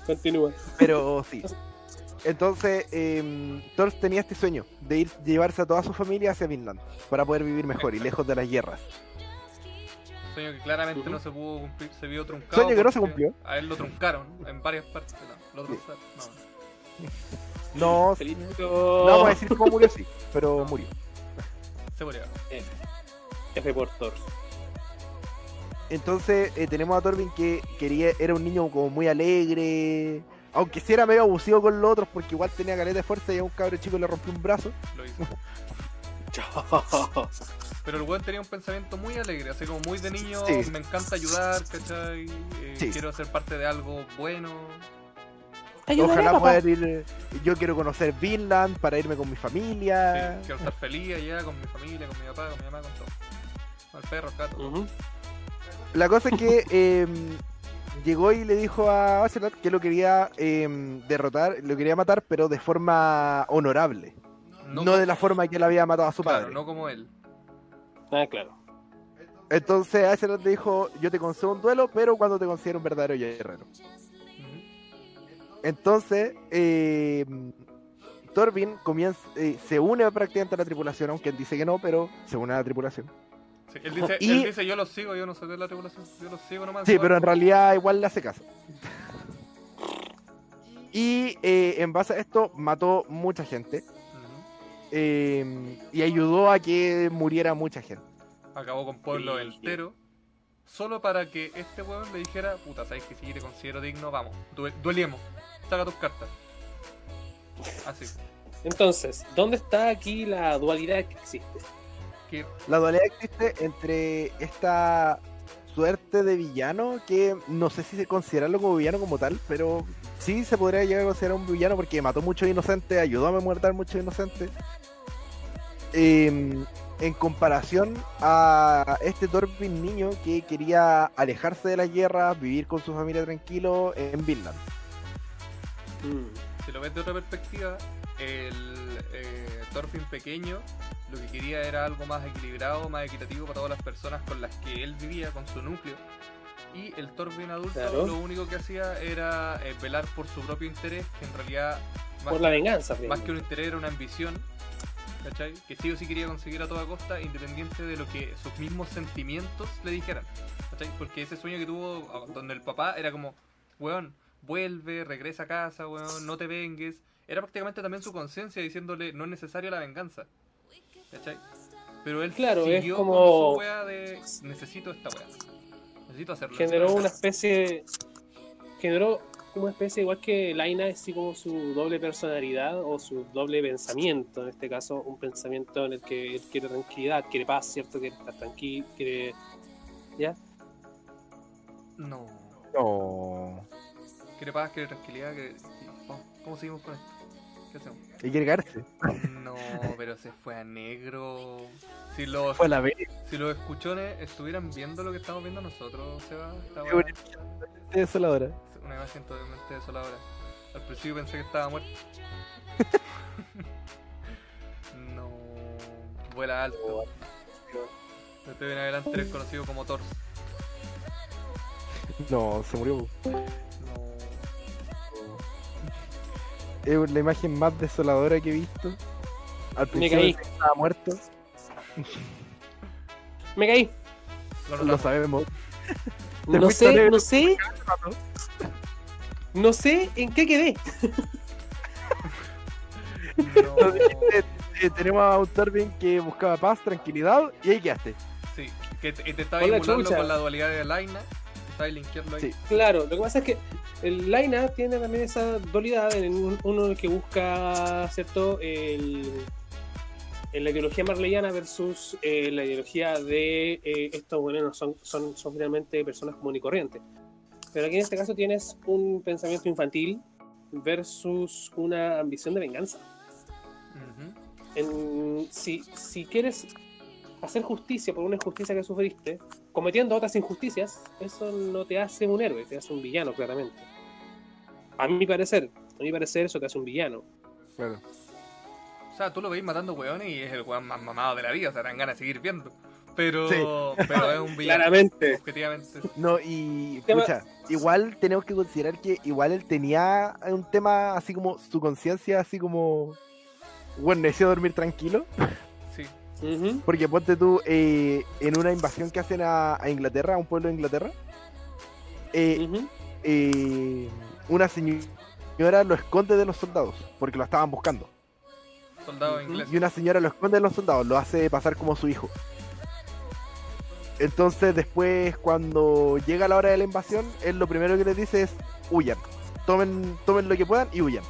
Continúa.
Pero sí. Entonces, eh, Thor tenía este sueño de ir llevarse a toda su familia hacia Vinland para poder vivir mejor y
Exacto.
lejos de las guerras.
Sueño que claramente
Ujú.
no se pudo cumplir, se vio truncado.
Sueño que no se
porque
cumplió.
A él lo truncaron en varias partes. No, lo truncaron. No.
No, no pues. vamos a decir cómo murió, sí, pero murió.
Se murió.
F por Thor.
Entonces eh, tenemos a Torvin que quería, era un niño como muy alegre, aunque sí era medio abusivo con los otros porque igual tenía caleta de fuerza y a un cabro chico le rompió un brazo.
Lo hizo. Pero el weón tenía un pensamiento muy alegre, así como muy de niño,
Sí.
me encanta ayudar, ¿cachai? Eh,
Sí.
Quiero ser parte de algo bueno.
Ojalá poder ir, eh, yo quiero conocer Vinland para irme con mi familia.
Sí, quiero estar feliz allá con mi familia, con mi papá, con mi mamá, con todo. Con el perro, el gato.
Ujú.
La cosa es que eh, llegó y le dijo a Ocelot que lo quería eh, derrotar, lo quería matar, pero de forma honorable. No,
como-
de la forma que él había matado a su
claro,
padre.
no como él.
Ah, claro.
Entonces Ocelot le dijo, yo te concedo un duelo, pero cuando te considero un verdadero guerrero.
Ujú.
Entonces, eh, Torvin comienza, eh, se une prácticamente a la tripulación, aunque él dice que no, pero se une a la tripulación.
Sí, él, dice,
Y-
él dice, yo los sigo, yo no soy de la regulación, yo los sigo nomás.
Sí,
weón".
pero en realidad igual le hace caso. Y eh, en base a esto mató mucha gente
Ujú.
eh, y ayudó a que muriera mucha gente.
Acabó con pueblo
Sí, sí.
entero. Solo para que este weón le dijera, puta, sabes que si te considero digno, vamos, due- dueliemos, saca tus cartas. Así,
Entonces, ¿dónde está aquí la dualidad que existe?
que
La dualidad existe entre esta suerte de villano que no sé si se considerarlo como villano como tal, pero sí se podría llegar a considerar un villano porque mató muchos inocentes, ayudó a matar muchos inocentes. Eh, en comparación a este Torvin niño que quería alejarse de las guerras, vivir con su familia tranquilo en Vinland.
Mm,
Si lo ves de otra perspectiva, el eh, Thorfinn pequeño lo que quería era algo más equilibrado, más equitativo para todas las personas con las que él vivía, con su núcleo. Y el Thorfinn adulto
Claro.
lo único que hacía era eh, velar por su propio interés, que en realidad más,
Por la venganza,
más
finalmente.
que un interés era una ambición, ¿cachai? Que sí o sí quería conseguir a toda costa, independiente de lo que sus mismos sentimientos le dijeran, ¿cachai? Porque ese sueño que tuvo ah, donde el papá era como, weón, vuelve, regresa a casa, weón, no te vengues. Era prácticamente también su conciencia diciéndole, no es necesario la venganza, ¿cachai? Pero él
Claro, es
siguió
como-
con su wea de, necesito esta wea, necesito hacerlo.
generó
necesito
una
hacerlo".
especie generó una especie igual que Laina así como su doble personalidad o su doble pensamiento en este caso un pensamiento en el que él quiere tranquilidad quiere paz cierto quiere estar tranquilo quiere
No,
No.
quiere paz, quiere tranquilidad, quiere... oh, ¿Cómo seguimos con esto? ¿Qué hacemos?
Y cargarse.
No, pero se fue a negro. Si los,
Fue la vez.
si los escuchones estuvieran viendo lo que estamos viendo nosotros, Seba, estaba
Qué bonito. Desoladora.
una imagen totalmente desoladora. Al principio pensé que estaba muerto. no, vuela alto. Desde en adelante eres conocido como Thor.
No, se murió.
No,
Es la imagen más desoladora que he visto. Al
me
principio
caí
pensé que estaba muerto.
me caí
lo
Lo
notamos.
sabemos. Te
no
fuiste
sé
negro.
no sé no sé en qué quedé
No.
Eh, tenemos a un Torvin que buscaba paz, tranquilidad y ahí quedaste.
Sí, que te, te estaba
Hola,
vinculando
chucha.
con la dualidad de Laina. Te estaba linkeando ahí.
Sí.
Claro, lo que pasa es que el Laina tiene también esa dualidad en un- uno en el que busca, ¿cierto? El, en la ideología marleyana versus eh, la ideología de eh, estos buenos son, son, son finalmente personas común y corriente. Pero aquí en este caso tienes un pensamiento infantil versus una ambición de venganza.
Ujú.
En- si, si quieres hacer justicia por una injusticia que sufriste, cometiendo otras injusticias, eso no te hace un héroe, te hace un villano, claramente. A mi parecer, a mi parecer eso te hace un villano.
Claro.
O sea, tú lo veis matando hueones y es el hueón más mamado de la vida, o sea, dan ganas de seguir viendo. Pero,
Sí.
pero es un villano.
Claramente.
Objetivamente.
No, y
Tema-
pucha, igual tenemos que considerar que igual él tenía un tema así como su conciencia, así como. Bueno, necesito dormir tranquilo.
Sí.
Ujú.
Porque ponte tú eh, en una invasión que hacen a, a Inglaterra, a un pueblo de Inglaterra. eh,
Ujú.
eh, una señora lo esconde de los soldados porque lo estaban buscando.
Soldado
Ujú.
inglés.
Y una señora lo esconde de los soldados, lo hace pasar como su hijo. Entonces después cuando llega la hora de la invasión, él lo primero que les dice es huyan. Tomen, tomen lo que puedan y huyan.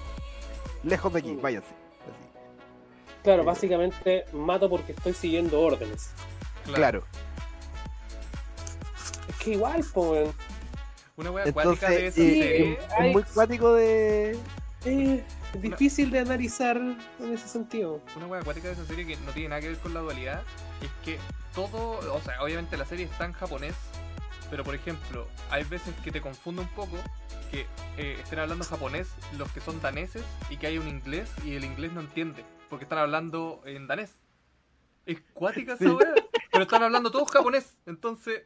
Lejos de aquí,
Mm.
váyanse. Así.
Claro, básicamente mato porque estoy siguiendo órdenes.
Claro.
Es que igual, pues...
Una wea acuática de
Entonces
esa
sí.
serie.
eh, es muy cuático de...
eh, es difícil de analizar en ese sentido.
Una wea acuática de esa serie que no tiene nada que ver con la dualidad. Es que todo. O sea, obviamente la serie está en japonés. Pero por ejemplo, hay veces que te confunde un poco que eh, estén hablando japonés los que son daneses y que hay un inglés y el inglés no entiende. Porque están hablando en danés. Es cuática esa
Sí.
wea, Pero están hablando todos japonés. Entonces.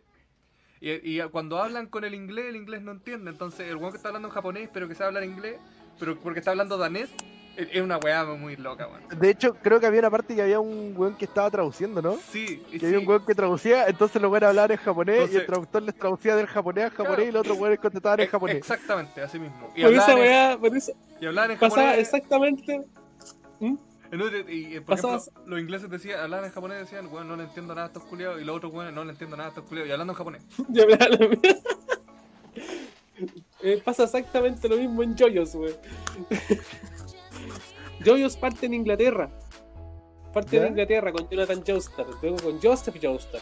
Y, y cuando hablan con el inglés, el inglés no entiende. Entonces, el weón que está hablando en japonés, pero que sabe hablar inglés, pero porque está hablando danés, es es una weá muy loca, weón.
De hecho, creo que había una parte que había un weón que estaba traduciendo, ¿no?
Sí, y
Que
sí.
había un weón que traducía, entonces los weones hablaban en japonés y
Entonces-
el traductor les traducía del japonés al japonés y los otros weones contestaban
E-
en japonés.
Exactamente, así mismo. Y
Por esa
hablaban, en,
weá, por eso
y hablaban en
pasaba
japonés.
exactamente...
en otro- y, eh, por
pasaba
ejemplo, los ingleses decían, hablaban en japonés y decían, bueno, no le entiendo nada a estos culiados. Y los otros, bueno, no le entiendo nada a estos culiados. Y hablando en japonés.
Y hablar a la mierda. Eh, pasa exactamente lo mismo en Joyos, güey. Joyos parte en Inglaterra. Parte
¿Ya?
de Inglaterra con Jonathan Joestar, luego con Joseph Joestar.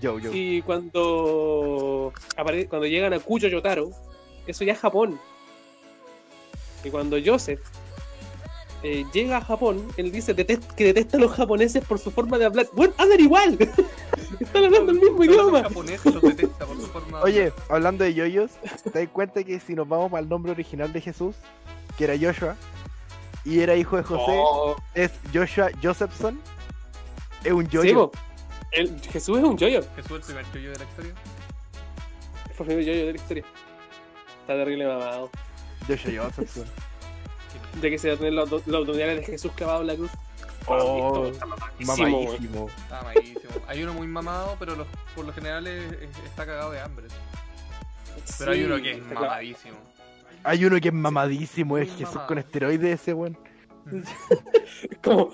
Yo, yo.
Y cuando, apare- cuando llegan a Cuyo Yotaro, eso ya es Japón. Y cuando Joseph eh, llega a Japón, él dice detest- que detesta a los japoneses por su forma de hablar. Bueno, hablan igual. Están hablando el mismo
Solo
idioma.
El japonés los detesta por su forma de
Oye, hablando de yoyos, ¿te das cuenta que si nos vamos al nombre original de Jesús, que era Joshua, y era hijo de José,
Oh,
es Joshua Josephson? Es un
sí,
yoyo.
po. El- Jesús es un yoyo.
Jesús el primer yoyo de la historia.
Es por el yoyo de la historia. Está terrible mamado.
Joshua Josephson.
Ya que se va a tener los, abdo- los abdominales de Jesús clavado en la cruz. Ah,
Oh,
está mamadísimo, güey.
Mamadísimo.
Está malísimo. Hay uno muy mamado, pero los- por lo general es- es- está cagado de hambre. Pero hay
Sí,
uno que es
está clavado.
mamadísimo.
Hay uno que es mamadísimo, es
Muy
Jesús
mamado.
con esteroides ese, weón.
Es como,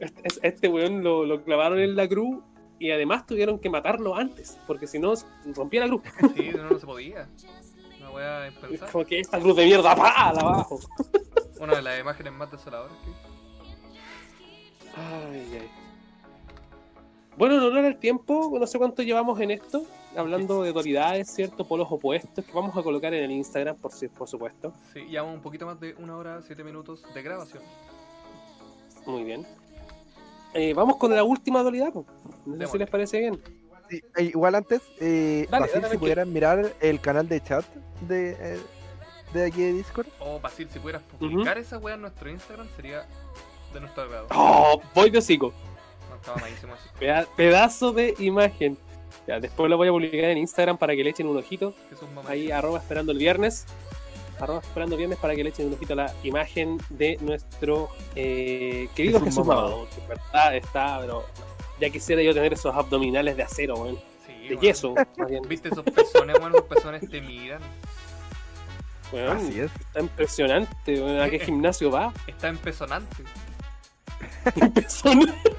este, este weón lo, lo clavaron en la cruz y además tuvieron que matarlo antes, porque si no rompía la cruz.
Sí, no, no se podía. Una wea
Es
impensable.
como que esta cruz de mierda, pa, la abajo.
Una de las imágenes más desoladoras que
Ay, ay. Bueno, en honor al tiempo, no sé cuánto llevamos en esto, hablando de dualidades, ¿cierto? Polos opuestos, que vamos a colocar en el Instagram, por, si- por supuesto.
Sí, llevamos un poquito más de una hora, siete minutos de grabación.
Muy bien. Eh, vamos con la última dualidad, po. no sé si
Démosle.
les parece bien.
Sí, eh, igual antes, eh,
Dale,
Basil,
dale,
si
que-
pudieran mirar el canal de chat de, eh, de aquí de Discord.
Oh, Basil, si pudieras publicar esa wea en nuestro Instagram sería de nuestro agrado.
¡Oh! Voy de hocico.
No, estaba malísimo eso.
Peda- pedazo de imagen. Ya, después lo voy a publicar en Instagram para que le echen un ojito.
Jesús mamá.
Ahí arroba esperando el viernes. Arroba esperando el viernes para que le echen un ojito a la imagen de nuestro eh, querido
Jesús
Jesús
Mamado.
Mamado. que en verdad está, pero ya quisiera yo tener esos abdominales de acero, weón.
Sí,
De
weón.
yeso, más bien.
¿Viste esos pezones, weón? Esos pezones te miran.
Weón,
Así es.
Está impresionante, weón. ¿A qué gimnasio va?
Está empezonante.
Impresionante.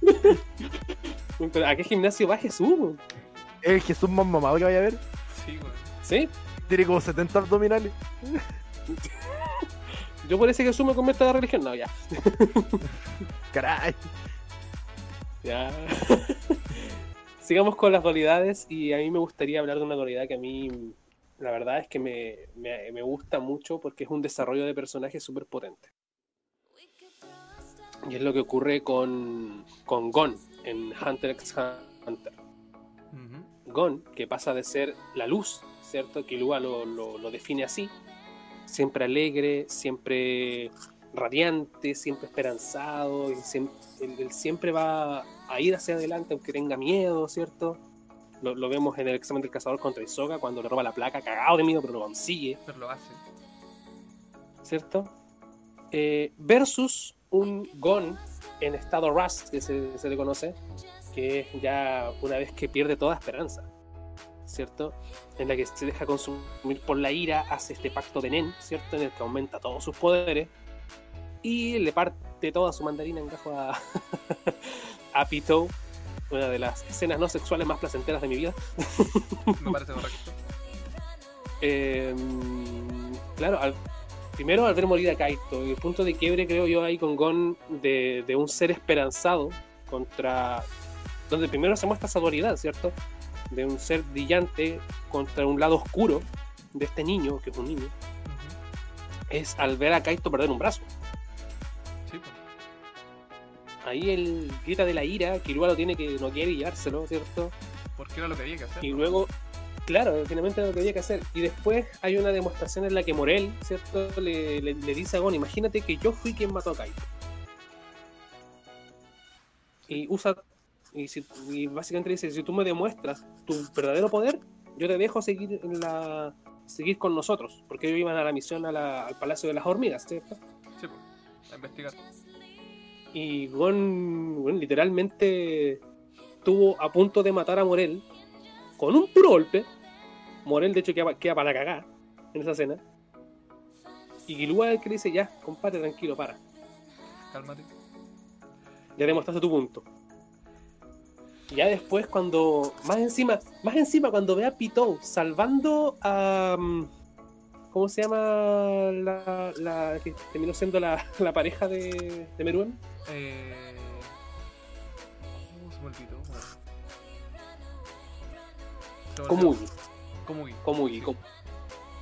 Pero, ¿A qué gimnasio va Jesús? weón?
El Jesús más mamado que vaya a ver.
Sí, weón.
¿Sí?
Tiene como 70 abdominales.
Yo por ese Jesús me convierto a la religión. No, ya.
Caray.
Ya. Sigamos con las dualidades y a mí me gustaría hablar de una dualidad que a mí, la verdad es que me, me- me gusta mucho porque es un desarrollo de personaje súper potente. Y es lo que ocurre con, con Gon en Hunter x Hunter.
Ujú.
Gon, que pasa de ser la luz, ¿cierto? Que Lua lo, lo- lo define así. Siempre alegre, siempre radiante, siempre esperanzado. y siem- él, él siempre va a ir hacia adelante aunque tenga miedo, ¿cierto? Lo, lo vemos en el examen del cazador contra Isoga cuando le roba la placa, cagado de miedo, pero lo consigue,
Pero lo hace.
¿cierto? Eh, versus un Gon en estado Rust, que se, se le conoce, que es ya una vez que pierde toda esperanza, ¿cierto? En la que se deja consumir por la ira, hace este pacto de Nen, ¿cierto? En el que aumenta todos sus poderes y le parte toda su mandarina en gajo a, a Pitou, una de las escenas no sexuales más placenteras de mi vida.
Me parece correcto.
Eh, claro, al- primero al ver morir a Kaito, y el punto de quiebre creo yo ahí con Gon de, de un ser esperanzado contra... Donde primero se muestra esa dualidad, ¿cierto? De un ser brillante contra un lado oscuro de este niño, que es un niño,
Ujú.
es al ver a Kaito perder un brazo.
Sí, pues.
Ahí él grita de la ira, Kirua lo tiene que no quiere llevárselo, ¿cierto?
Porque era lo que había que hacer.
Y luego, claro, finalmente era lo que había que hacer. Y después hay una demostración en la que Morel, ¿cierto? Le, le- le dice a Gon, imagínate que yo fui quien mató a Kaito. Y usa, y, si- y básicamente dice, si tú me demuestras tu verdadero poder, yo te dejo seguir en la seguir con nosotros, porque ellos iban a la misión a la- al Palacio de las Hormigas, ¿cierto?
Sí, pues. A investigar.
Y Gon bueno, literalmente estuvo a punto de matar a Morel con un puro golpe. Morel, de hecho, queda, queda para cagar en esa escena. Y Gilua es el que le dice: Ya, compadre, tranquilo, para.
Cálmate.
Ya demostraste tu punto. Y Ya después, cuando. Más encima, más encima cuando ve a Pitou salvando a. mm, ¿Cómo se llama la, la que terminó siendo la, la pareja de, de Meruem?
Eh... Oh, se me olvidó. weón. Se me olvidó.
Komugi.
Komugi.
Komugi, Komugi.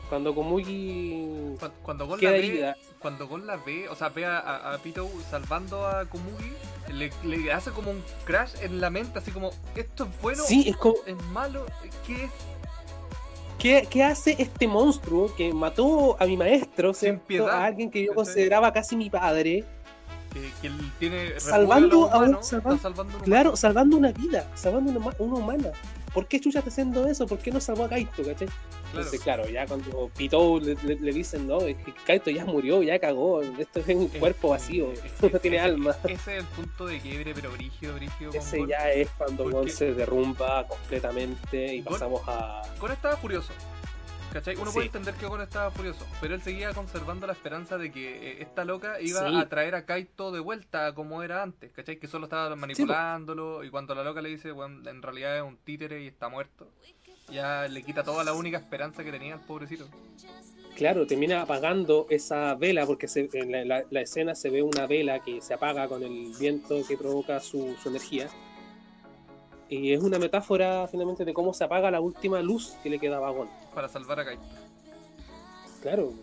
Cuando Komugi
Cuando, cuando Gon la
queda
ve,
herida.
cuando Gon la ve, o sea, ve a, a, a Pitou salvando a Komugi, le, le hace como un crash en la mente, así como, esto es bueno,
sí, es como,
es malo, ¿qué es?
¿qué, qué hace este monstruo que mató a mi maestro,
Sin
¿cierto?
piedad,
a alguien que yo
¿cachai?
consideraba casi mi padre?
Que, que él tiene...
Salvando
remueve
a un-
humano,
salvan-
está salvando a un
Claro,
humano.
salvando una vida, salvando una, huma- una humana. ¿Por qué Chucha está haciendo eso? ¿Por qué no salvó a Kaito, cachai? Entonces, claro, ya cuando Pitou le, le- le dicen, no, es que Kaito ya murió, ya cagó, esto es un
Eh,
cuerpo vacío,
eh,
no tiene
ese-
alma.
Ese es el punto de quiebre, pero brigio, brigio. con
Ese
Gon.
ya es cuando
¿Por
Gon
qué?
se derrumba completamente y
Gon-
pasamos a...
Gon estaba furioso. ¿Cachai? Uno
Sí.
puede entender que Gon estaba furioso, pero él seguía conservando la esperanza de que eh, esta loca iba
Sí.
a traer a Kaito de vuelta a como era antes, ¿cachai? Que solo estaba manipulándolo y cuando la loca le dice, bueno, en realidad es un títere y está muerto, ya le quita toda la única esperanza que tenía al pobrecito.
Claro, termina apagando esa vela, porque se- en la, la- la escena se ve una vela que se apaga con el viento que provoca su, su energía. Y es una metáfora finalmente de cómo se apaga la última luz que le quedaba a Gon.
Para salvar a Kaito.
Claro.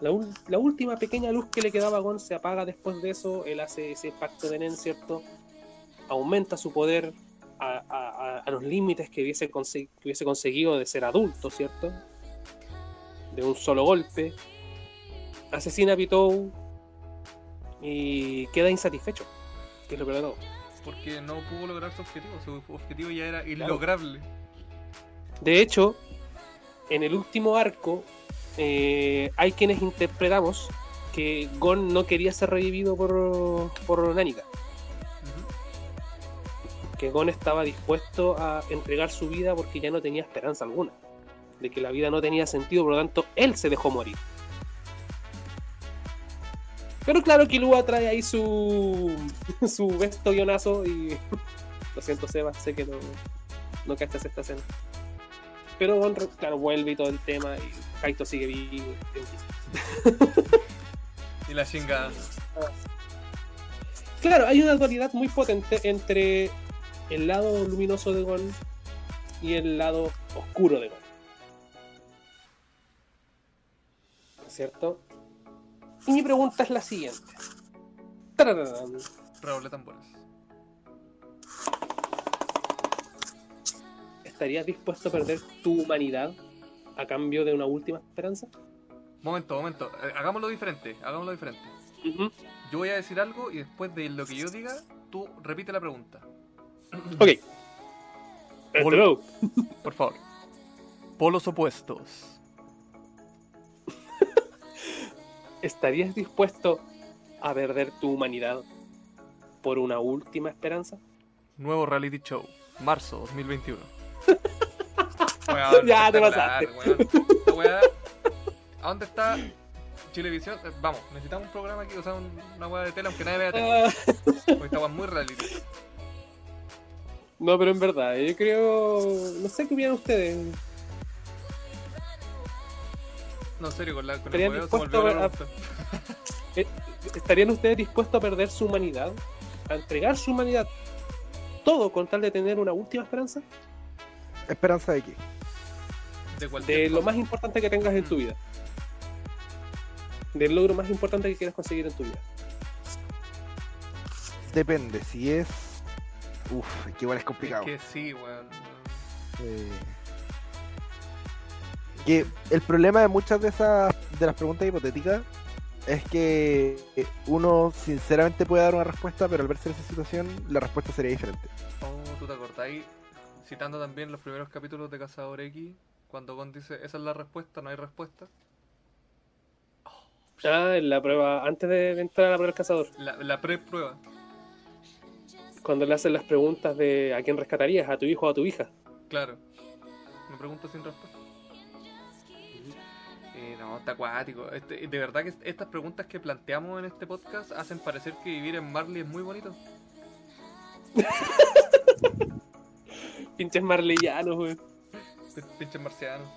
La, ul- la última pequeña luz que le quedaba a Gon se apaga después de eso. Él hace ese pacto de Nen, ¿cierto? Aumenta su poder a, a- a- a los límites que hubiese, conse- que hubiese conseguido de ser adulto, ¿cierto? De un solo golpe. Asesina a Pitou y queda insatisfecho. Que es lo peor de todo.
Porque no pudo lograr su objetivo, su objetivo ya era
Claro.
ilograble.
De hecho, en el último arco eh, hay quienes interpretamos que Gon no quería ser revivido por, por Nanika,
Ujú.
que Gon estaba dispuesto a entregar su vida porque ya no tenía esperanza alguna, de que la vida no tenía sentido, por lo tanto él se dejó morir. Pero claro que Lua trae ahí su, su besto guionazo y lo siento Seba, sé que no, no cachas esta escena. Pero Gon, claro, vuelve y todo el tema y Kaito sigue vivo. en fin.
Y la chingada.
Claro, hay una dualidad muy potente entre el lado luminoso de Gon y el lado oscuro de Gon. ¿Cierto? Y mi pregunta es la siguiente. Tarararán.
Redoble tambores.
¿Estarías dispuesto a perder tu humanidad a cambio de una última esperanza?
Momento, momento. eh, Hagámoslo diferente, hagámoslo diferente.
Ujú.
Yo voy a decir algo y después de lo que yo diga, tú repite la pregunta.
Ok. Hello.
Por favor. Polos opuestos.
¿Estarías dispuesto a perder tu humanidad por una última esperanza?
Nuevo reality show. Marzo 2021.
Ya, te
espectacular,
pasaste.
weón. Esta weá- ¿A dónde está Chilevisión? Eh, Vamos, necesitamos un programa aquí, o sea, un- una weá de tele, aunque nadie vea tele.
Ah.
Porque esta weá es muy reality.
No, pero en verdad, yo creo. No sé qué opinan ustedes.
No, en serio, con, la, con el
Estaría
hueveo se me
dispuesto
olvidó la
a-
pregunta.
¿Estarían ustedes dispuestos a perder su humanidad? ¿A entregar su humanidad? ¿Todo con tal de tener una última esperanza?
¿Esperanza de qué?
De cualquier
De lo
cosa.
más importante que tengas en tu vida. Del logro más importante que quieras conseguir en tu vida.
Depende, si es. Uf, es que igual es
Es
complicado.
que sí, weón.
Eh, que el problema de muchas de esas de las preguntas hipotéticas es que eh, uno sinceramente puede dar una respuesta, pero al verse en esa situación la respuesta sería diferente.
Oh, tú te acordáis, citando también los primeros capítulos de Cazador X, cuando Gon dice, esa es la respuesta, no hay respuesta.
Ah, en la prueba, antes de de entrar a la prueba del cazador,
La, la pre-prueba.
cuando le hacen las preguntas de a quién rescatarías, a tu hijo o a tu hija.
Claro. Me pregunto sin respuesta. Eh, no, está acuático. Este- de verdad que estas preguntas que planteamos en este podcast hacen parecer que vivir en Marley es muy bonito.
Pinches marleyanos, güey.
P- Pinches marcianos.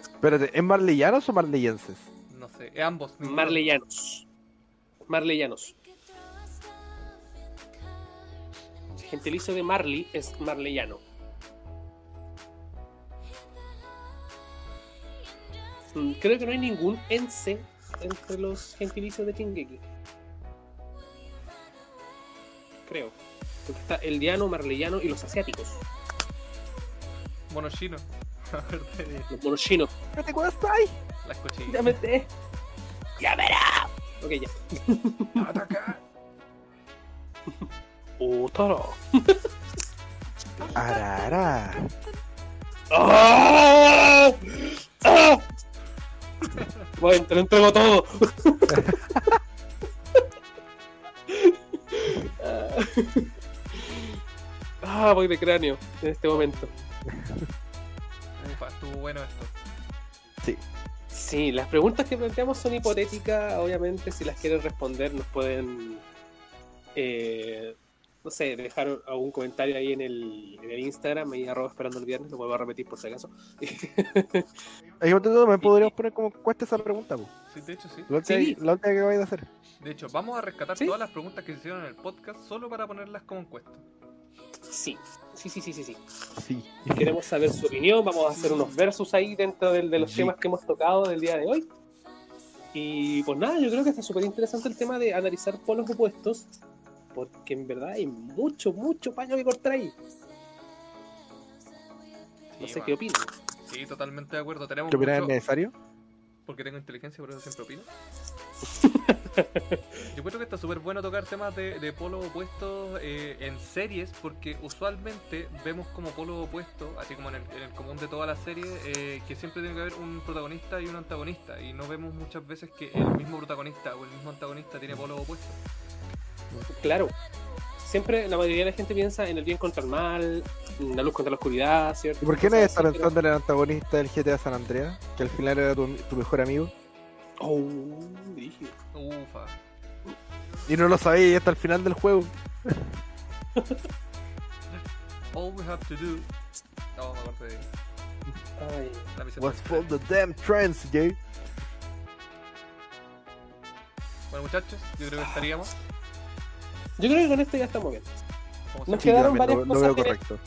Espérate, ¿es marleyanos o marleyenses?
No sé. eh, ambos. ninguno.
Marleyanos. Marleyanos. El gentilicio de Marley es marleyano. Mm, Creo que no hay ningún ense entre los gentilicios de Shingeki. Creo. Porque está el diano, marleyano y los asiáticos.
Mono chino. Aparte de
Los monos chinos.
¿Qué te cuesta ahí?
las
Ya
cochillas.
me te. ¡Ya verá! Ok, ya.
¡Ataca!
¡Utaro!
Arara.
¡Ah! ¡Ah! Bueno, te lo entrego todo. ah, voy de cráneo en este momento.
Ufa, estuvo bueno esto.
Sí, las preguntas que planteamos son hipotéticas, obviamente si las quieren responder nos pueden, eh, no sé, dejar algún comentario ahí en el, en el Instagram, ahí arroba esperando el viernes, lo vuelvo a repetir por si acaso.
Ahí otro todo, me podríamos poner como cuesta esa pregunta, po.
Sí, de hecho, sí.
La última,
Sí.
la última que vais a hacer.
De hecho, vamos a rescatar
¿Sí?
todas las preguntas que se hicieron en el podcast solo para ponerlas como encuesta.
Sí, sí, sí, sí, sí. sí.
Sí.
Queremos saber su opinión, vamos a hacer unos versus ahí dentro del- de los
Sí.
temas que hemos tocado del día de hoy. Y pues nada, yo creo que está súper interesante el tema de analizar polos opuestos, porque en verdad hay mucho, mucho paño que cortar ahí. No
Sí,
sé
man.
qué opinas.
Sí, totalmente de acuerdo. Tenemos
¿Qué opinas es
mucho-
necesario?
porque tengo inteligencia, por eso siempre opino. Yo creo que está súper bueno tocar temas de, de polos opuestos eh, en series, porque usualmente vemos como polos opuestos, así como en el, en el común de todas las series, eh, que siempre tiene que haber un protagonista y un antagonista, y no vemos muchas veces que el mismo protagonista o el mismo antagonista tiene polos opuestos.
Claro. Siempre la mayoría de la gente piensa en el bien contra el mal, en la luz contra la oscuridad, ¿cierto?
¿Y por qué nadie
Cosas
está
así, pero-
pensando en el antagonista del GTA San Andreas? Que al final era tu, tu mejor amigo.
Oh, brígido.
Ufa.
Y no lo sabía y hasta el final del juego.
All we have to do. No, me acordé de
Ay.
la misión
What's
principal.
for the damn trends, Jay?
Bueno, muchachos, yo creo que estaríamos.
Yo creo que con esto ya estamos bien.
Como
No
siempre,
Sí, yo
quedaron
también
varias
lo, lo
cosas
veo
que-
correcto.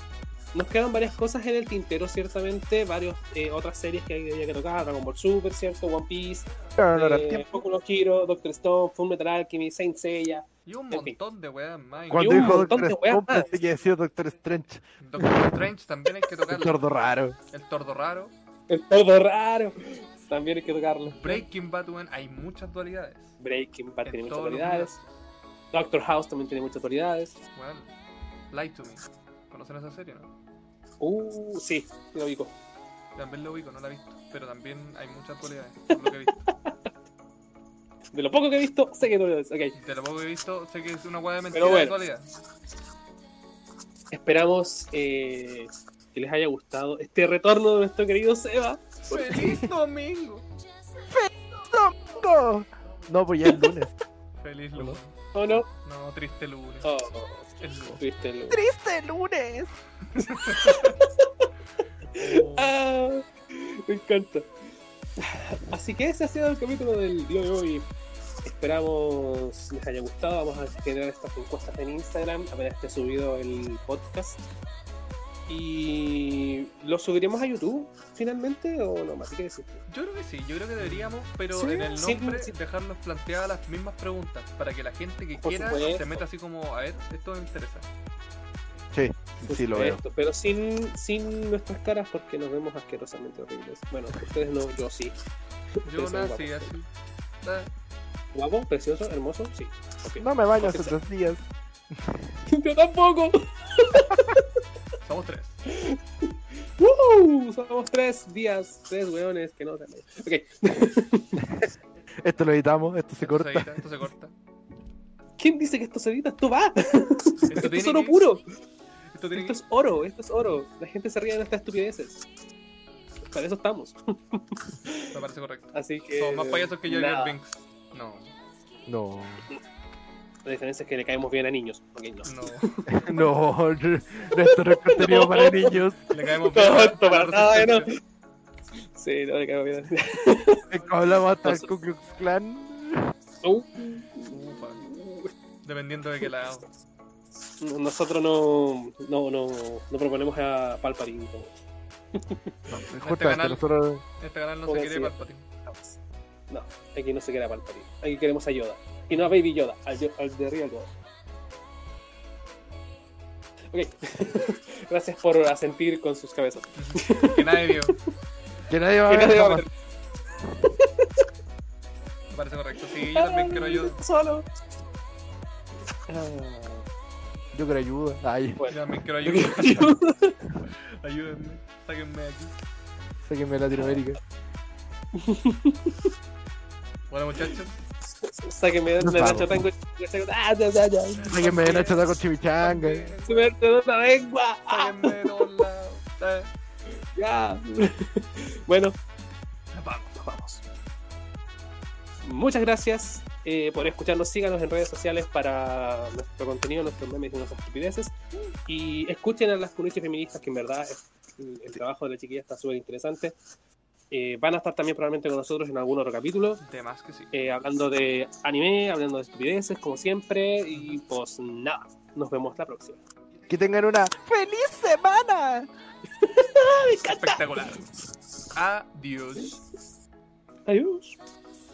Nos quedan varias cosas en el tintero, ciertamente. Varias eh, otras series que hay- había que tocar: Dragon Ball Super, ¿cierto? One Piece,
Claro, no era el
eh,
tiempo.
Boku no Hero, Doctor Stone, Full Metal Alchemy, Saint Seiya.
y un
en fin.
montón de weas más.
Cuando
y un
dijo
montón
Doctor
de weas
Strange,
más.
pensé que decía Doctor Strange.
Doctor Strange también hay que
El
tocarlo.
tordo raro.
El tordo raro.
El todo raro. También hay que tocarlo.
Breaking Bad, weón, hay muchas dualidades.
Breaking Bad
En
tiene muchas
todos los
cualidades. Doctor House también tiene muchas cualidades.
Weón, Lie to Me. ¿Conocen esa serie, no?
Uh, sí, lo ubico.
También lo ubico, no la he visto. Pero también hay muchas dualidades, por lo que he visto.
De lo poco que he visto, sé que no lo es. Ok.
Y de lo poco que he visto, sé que es una wea de mentira
Pero bueno.
de dualidad.
Esperamos eh, que les haya gustado este retorno de nuestro querido Seba.
¡Feliz domingo!
¡No! No, pues ya es lunes.
¡Feliz lunes!
¿O no?
No, triste lunes.
Oh,
Es lunes.
viste el-
¡Triste lunes!
Ah, me encanta. Así que ese ha sido el capítulo del día de hoy. Esperamos les haya gustado. Vamos a generar estas encuestas en Instagram. Apenas esté subido el podcast. Y lo subiremos a YouTube finalmente o no más. ¿Qué decir?
Yo creo que sí, yo creo que deberíamos, pero
Sí,
en el
sí,
nombre
sí.
dejarnos planteadas las mismas preguntas para que la gente que
Por
quiera
supuesto.
se meta así como, a ver, esto me interesa.
Sí, sí lo veo.
Pero sin, sin nuestras caras porque nos vemos asquerosamente horribles. Bueno, ustedes no, yo sí.
Yo
Ustedes son
nací
guapos.
así. Ah,
Guapo, precioso, hermoso, sí. Ok.
No me baño hace tres días.
Yo tampoco.
Somos tres.
¡Woo! Somos tres días, tres weones que no se han- Ok,
Esto lo editamos, esto se
Esto se
corta.
edita, esto se corta.
¿quién dice que esto se edita? ¡Esto va!
Esto
Esto
tiene
es oro
que-
puro.
Esto tiene
Esto
que...
es oro, esto es oro. La gente se ríe de nuestras estupideces. Para eso estamos.
Me parece correcto.
Así que.
Somos más payasos que yo y el
Eh, nada.
Binks. No,
No.
La diferencia es que le caemos bien a niños. Ok, no.
Mm. no.
No, no, esto no es contenido
No.
para niños.
Le caemos bien.
No, esto para
La
nada, no.
resistencia.
Sí, no le caemos bien a niños.
Es como Hablamos hasta el
Entonces-
Ku Klux Klan.
Uh,
Ufa. Dependiendo de qué lado.
Nosotros no, no, no, no proponemos a Palpatine. como-
Justamente,
canal-
nosotros-
Este canal no
Pobre
se quiere
ciber.
Palpatine.
Jamás. No, aquí no se queda Palpatine. Aquí queremos a Yoda. Y no a Baby Yoda, al, Yo- al de Real Yoda. Ok. Gracias por asentir con sus cabezas.
Que nadie vio.
Que nadie va a
Que
ver.
nadie va a
jamás.
Me parece correcto. Sí, yo también quiero yo.
Solo.
Yo quiero ayuda. Ay,
Yo
Bueno.
también quiero
Yo
ayuda.
quiero ayuda.
Ayúdenme. Sáquenme de aquí.
sáquenme de Latinoamérica.
Bueno, muchachos.
Sáquenme de
Nos
de Nacho
vamos.
Tango. Ah, ya, ya, ya.
Sáquenme de Nacho Taco Chimichanga.
Sáquenme-
Se me quedó la lengua. Ah,
Sáquenme de todos lados. Eh,
ya. Bueno,
nos Vamos.
nos vamos. Muchas gracias eh, por escucharnos. Síganos en redes sociales para nuestro contenido, nuestros memes y nuestras estupideces. Y escuchen a las cunuches feministas, que en verdad es- el, el trabajo de la chiquilla está súper interesante. Eh, van a estar también probablemente con nosotros en algún otro capítulo,
De más que sí.
eh, hablando de anime, hablando de estupideces, como siempre. Y pues nada, nos vemos la próxima.
Que tengan una feliz semana.
Espectacular. Adiós.
Adiós.